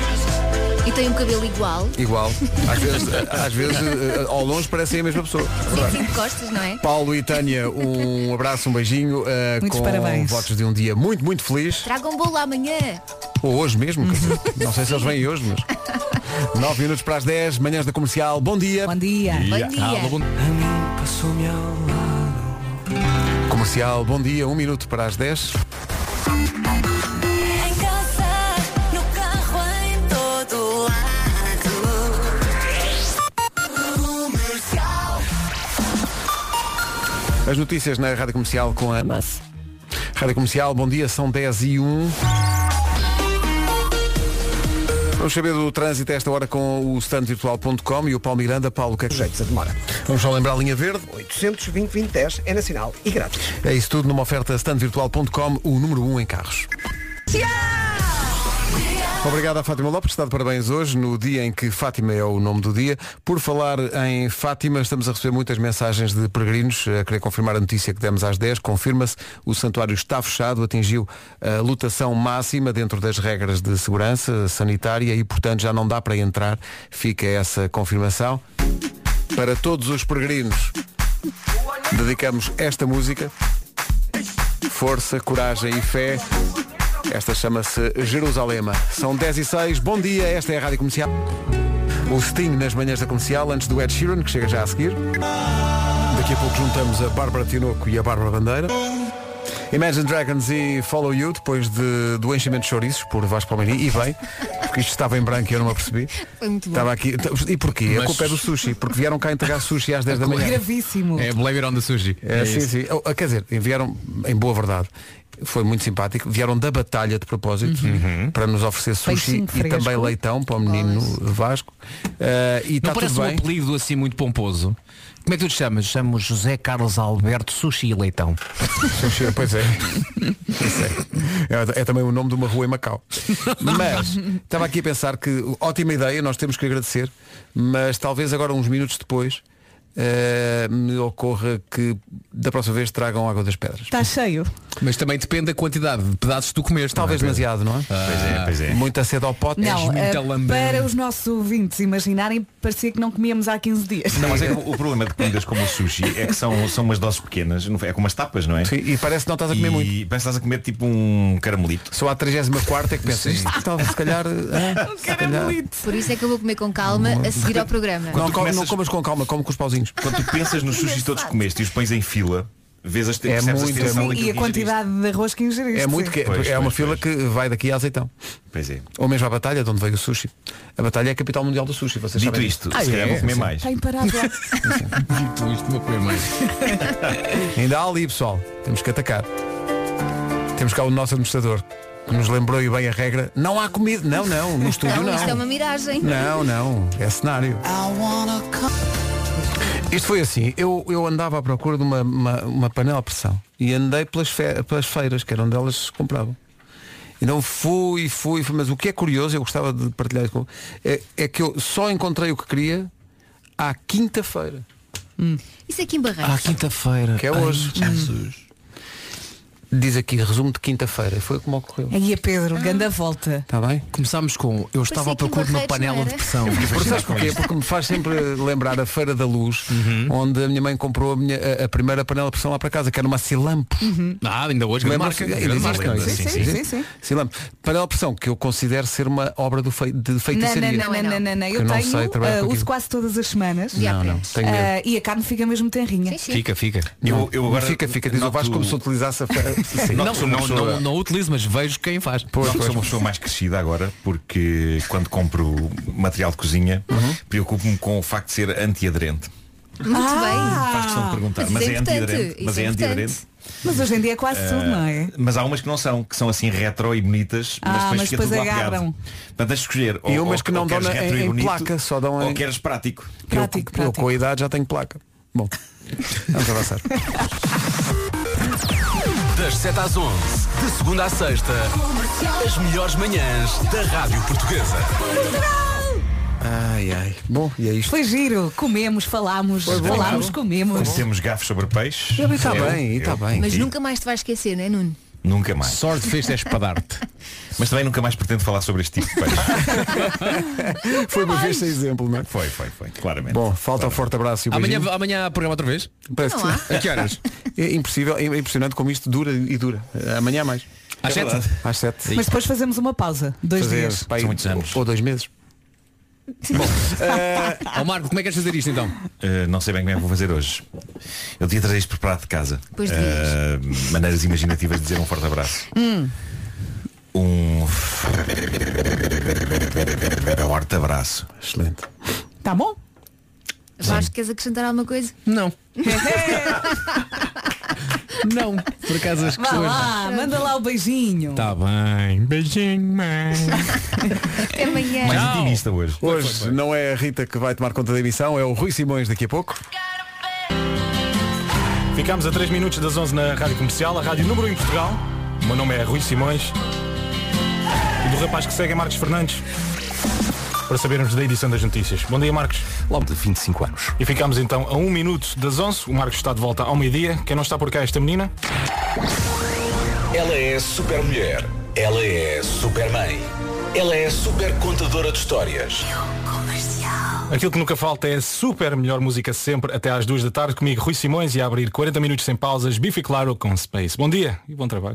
Speaker 5: E tem um cabelo igual.
Speaker 1: igual. Às vezes, às vezes eh, ao longe parecem a mesma pessoa.
Speaker 5: Sim, de costas, não é?
Speaker 1: Paulo e Tânia, um abraço, um beijinho, eh,
Speaker 5: Muitos
Speaker 1: com
Speaker 5: parabéns.
Speaker 1: votos de um dia muito, muito feliz.
Speaker 5: Tragam um bolo amanhã.
Speaker 1: Ou hoje mesmo, quer dizer, não sei se eles vêm hoje, mas. 9 minutos para as 10, manhãs da comercial. Bom dia. Bom dia.
Speaker 5: Bom dia.
Speaker 1: Comercial, bom dia, um minuto para as 10.
Speaker 6: Em casa, no carro, em todo lado. Comercial.
Speaker 1: As notícias na Rádio Comercial com a Mas. Rádio Comercial, bom dia, são 10 e 1. Vamos saber do trânsito a esta hora com o standvirtual.com e o Paulo Miranda. Paulo, o que é que jeito se demora? Vamos só lembrar a linha verde.
Speaker 3: 820 2010 é nacional e grátis.
Speaker 1: É isso tudo numa oferta standvirtual.com, o número 1 em carros. Obrigado à Fátima Lopes, está de parabéns hoje, no dia em que Fátima é o nome do dia. Por falar em Fátima, estamos a receber muitas mensagens de peregrinos a querer confirmar a notícia que demos às 10. Confirma-se, o santuário está fechado, atingiu a lotação máxima dentro das regras de segurança sanitária e, portanto, já não dá para entrar. Fica essa confirmação. Para todos os peregrinos, dedicamos esta música. Força, coragem e fé. Esta chama-se Jerusalema. São 10 e 6. Bom dia, esta é a Rádio Comercial. O Sting nas manhãs da comercial, antes do Ed Sheeran, que chega já a seguir. Daqui a pouco juntamos a Bárbara Tinoco e a Bárbara Bandeira. Imagine Dragons e Follow You, depois de, do enchimento de chouriços por Vasco Palmeirinho. E bem, porque isto estava em branco e eu não me apercebi.
Speaker 5: Foi muito bom.
Speaker 1: Estava aqui. E porquê? A
Speaker 7: Mas-
Speaker 1: culpa é do sushi, porque vieram cá entregar sushi às 10 da manhã.
Speaker 4: Gravíssimo.
Speaker 7: É Blame It on the Sushi.
Speaker 1: É, sim,
Speaker 7: isso.
Speaker 1: sim. Oh, quer dizer, vieram, em boa verdade, foi muito simpático, vieram da batalha de propósito para nos oferecer sushi
Speaker 7: Peixinho
Speaker 1: e
Speaker 7: Uhum. fresco.
Speaker 1: também leitão para o menino Vasco. Eh, e
Speaker 7: Não
Speaker 1: está tudo
Speaker 7: parece um
Speaker 1: bem.
Speaker 7: apelido assim muito pomposo. Como é que tu te chamas? Chamo José Carlos Alberto Sushi e Leitão.
Speaker 1: Sushi, pois é. Isso é. É, é também o nome de uma rua em Macau. Mas estava aqui a pensar que ótima ideia, nós temos que agradecer, mas talvez agora uns minutos depois eh, me ocorra que da próxima vez tragam água das pedras.
Speaker 4: Está cheio.
Speaker 7: Mas também depende da quantidade de pedaços que tu comeste.
Speaker 1: Talvez demasiado, não é?
Speaker 8: Ah,
Speaker 7: Pois é, pois é.
Speaker 1: Muita sede ao pote.
Speaker 4: Não, eh, para os nossos ouvintes imaginarem, parecia que não comíamos há 15 dias.
Speaker 8: Não, mas é que o problema de comidas como o sushi é que são, são umas doses pequenas, não é? é como umas tapas, não é? Sim,
Speaker 1: e parece que não estás a comer muito.
Speaker 8: E parece que estás a comer tipo um caramelito.
Speaker 1: Só à 34 é que pensas, isto talvez se calhar. ah, se calhar.
Speaker 5: Por isso é que eu vou comer com calma a seguir ao programa.
Speaker 1: Não, com- não comas com calma, come com os pauzinhos.
Speaker 8: Quando tu pensas nos sushis todos que comeste e os pões em fila, vês as
Speaker 1: É
Speaker 8: percebes
Speaker 1: muito,
Speaker 8: a extensão
Speaker 1: é muito.
Speaker 4: E
Speaker 8: daquilo
Speaker 4: a
Speaker 8: que ingeriste.
Speaker 4: quantidade de arroz que ingeriste.
Speaker 1: É muito que é
Speaker 8: Pois,
Speaker 1: uma
Speaker 8: pois,
Speaker 1: fila que vai daqui a azeitão.
Speaker 8: Pois é.
Speaker 1: Ou mesmo à batalha, de onde veio o sushi. A batalha é a capital mundial do sushi, vocês
Speaker 8: Dito
Speaker 1: sabem.
Speaker 8: isto, se
Speaker 1: é?
Speaker 8: calhar vou comer mais.
Speaker 4: Está imparável.
Speaker 1: Dito isto, vou comer mais. Ainda há ali, pessoal. Temos que atacar. Temos cá o nosso administrador, que nos lembrou e bem a regra. Não há comida. Não, não, no estúdio
Speaker 5: Não,
Speaker 1: não.
Speaker 5: isto é uma miragem.
Speaker 1: Não, não, é cenário. Isto foi assim, eu, eu andava à procura de uma, uma, uma panela de pressão e andei pelas, fe- pelas feiras, que era onde elas se compravam. Então fui, fui, fui, mas o que é curioso, eu gostava de partilhar isso com é, é que eu só encontrei o que queria à quinta-feira.
Speaker 5: Isso aqui em Barreiros.
Speaker 1: quinta-feira. Que é hoje. Diz aqui, resumo de quinta-feira, foi como ocorreu.
Speaker 4: Aí a
Speaker 8: Ah.
Speaker 4: Pedro, ganda volta.
Speaker 1: Está bem?
Speaker 7: Começámos com eu estava à
Speaker 4: que em
Speaker 7: procura de uma
Speaker 4: Barreiros não
Speaker 7: panela
Speaker 4: era.
Speaker 7: de pressão.
Speaker 1: Porque, sabes porquê? Porque me faz sempre lembrar a Feira da Luz,
Speaker 7: Uhum.
Speaker 1: onde a minha mãe comprou a, minha, a, a primeira panela de pressão lá para casa, que era uma Silampo.
Speaker 7: Ah, ainda hoje grande
Speaker 1: Lembra-se?
Speaker 7: marca.
Speaker 1: Ainda
Speaker 7: grande
Speaker 1: existe,
Speaker 7: marca.
Speaker 1: não é?
Speaker 7: Sim, sim, sim.
Speaker 1: Silampo. Panela de pressão, que eu considero ser uma obra do fei- de
Speaker 4: Não,
Speaker 1: feitiçaria.
Speaker 4: não, não, não, não, não.
Speaker 1: Que
Speaker 4: Eu
Speaker 1: não
Speaker 4: tenho,
Speaker 1: sei trabalhar
Speaker 4: ah,
Speaker 1: com
Speaker 4: uso
Speaker 1: aquilo.
Speaker 4: quase todas as semanas.
Speaker 1: Já Não, não, aprendes. tenho
Speaker 4: Ah, e a carne fica mesmo tenrinha.
Speaker 7: Fica, fica.
Speaker 8: Eu, eu agora
Speaker 1: Fica, fica, diz o Vasco como se utilizasse a Sim.
Speaker 7: Não,
Speaker 8: Noto que sou uma
Speaker 7: não,
Speaker 8: pessoa-
Speaker 7: não, não utilizo, mas vejo quem faz.
Speaker 8: Noto que sou uma pessoa mais crescida agora
Speaker 1: Uhum.
Speaker 8: porque quando compro material de cozinha preocupo-me com o facto de ser antiaderente.
Speaker 5: Muito
Speaker 4: Ah,
Speaker 5: bem.
Speaker 8: Faz questão de perguntar. tá, Mas, é antiaderente. Mas é antiaderente.
Speaker 4: Mas hoje em dia é quase tudo,
Speaker 8: Eh,
Speaker 4: não é?
Speaker 8: Mas há umas que não são, que são assim retro e bonitas, mas
Speaker 4: Ah,
Speaker 8: depois
Speaker 4: mas
Speaker 8: fica
Speaker 4: depois
Speaker 8: tudo lá pegado.
Speaker 4: agarram.
Speaker 8: Portanto, tens de escolher.
Speaker 1: E umas que não
Speaker 8: ou queres
Speaker 1: dão na-
Speaker 8: retro
Speaker 1: em-
Speaker 8: e
Speaker 1: em
Speaker 8: bonito,
Speaker 1: placa, só dão
Speaker 8: Ou
Speaker 1: em-
Speaker 8: queres prático.
Speaker 1: Prático, eu, com a idade já tenho placa. Bom, vamos avançar.
Speaker 3: Das 7 às 11, de segunda à sexta, as melhores manhãs da Rádio Portuguesa.
Speaker 1: Ai, ai. Bom, e é isto.
Speaker 4: Foi giro, comemos, falámos,
Speaker 8: Foi bom.
Speaker 4: falámos, comemos.
Speaker 8: Temos gafos sobre peixe.
Speaker 5: E está
Speaker 8: Eu,
Speaker 5: bem,
Speaker 1: e está
Speaker 8: eu,
Speaker 1: bem.
Speaker 5: Mas
Speaker 8: e
Speaker 5: nunca mais te vais esquecer, não é, Nuno?
Speaker 8: Nunca mais. Swordfish é espadarte. Mas também nunca mais pretendo falar sobre este tipo de peixe.
Speaker 1: Foi uma vez sem exemplo, não é?
Speaker 8: Foi, foi, foi. Claramente.
Speaker 1: Bom, falta um forte abraço e um
Speaker 22: Amanhã,
Speaker 1: beijinho.
Speaker 22: amanhã há programa outra vez?
Speaker 1: Parece
Speaker 22: Não
Speaker 1: que-
Speaker 22: há. A que horas?
Speaker 1: É impossível, é impressionante como isto dura e dura. Amanhã há mais.
Speaker 7: É
Speaker 22: Às sete?
Speaker 1: verdade. Às sete.
Speaker 4: Mas depois fazemos uma pausa, dois
Speaker 1: Fazer,
Speaker 4: dias.
Speaker 1: pá, aí, ou- Ou dois meses.
Speaker 8: Ó Marco, como é que queres fazer isto então? não sei bem como é que vou fazer hoje. Eu devia trazer isto preparado de casa.
Speaker 5: Pois
Speaker 8: Eh, maneiras imaginativas de dizer um forte abraço.
Speaker 5: Hum.
Speaker 8: Um forte abraço.
Speaker 1: Excelente.
Speaker 4: Tá bom?
Speaker 5: Vasco, queres acrescentar alguma coisa?
Speaker 22: Não. Não, por acaso as
Speaker 4: Vá lá, manda lá o beijinho.
Speaker 22: Tá bem. Beijinho, mãe.
Speaker 4: Até amanhã.
Speaker 8: intimista hoje.
Speaker 1: Hoje não é a Rita que vai tomar conta da emissão, é o Rui Simões daqui a pouco.
Speaker 7: Ficámos a 3 minutos das 11 na Rádio Comercial, a Rádio Número 1 em Portugal. O meu nome é Rui Simões. E do rapaz que segue é Marcos Fernandes. Para sabermos da edição das notícias. Bom dia, Marcos.
Speaker 3: Logo de 25 anos.
Speaker 7: E ficámos então a 1 minuto das 11. O Marcos está de volta ao meio-dia. Quem não está por cá é esta menina.
Speaker 3: Ela é super mulher. Ela é super mãe. Ela é super contadora de histórias.
Speaker 7: Aquilo que nunca falta é a super melhor música sempre, até às 2 da tarde, comigo Rui Simões e a abrir 40 minutos sem pausas, Bife Claro com Space. Bom dia e bom trabalho.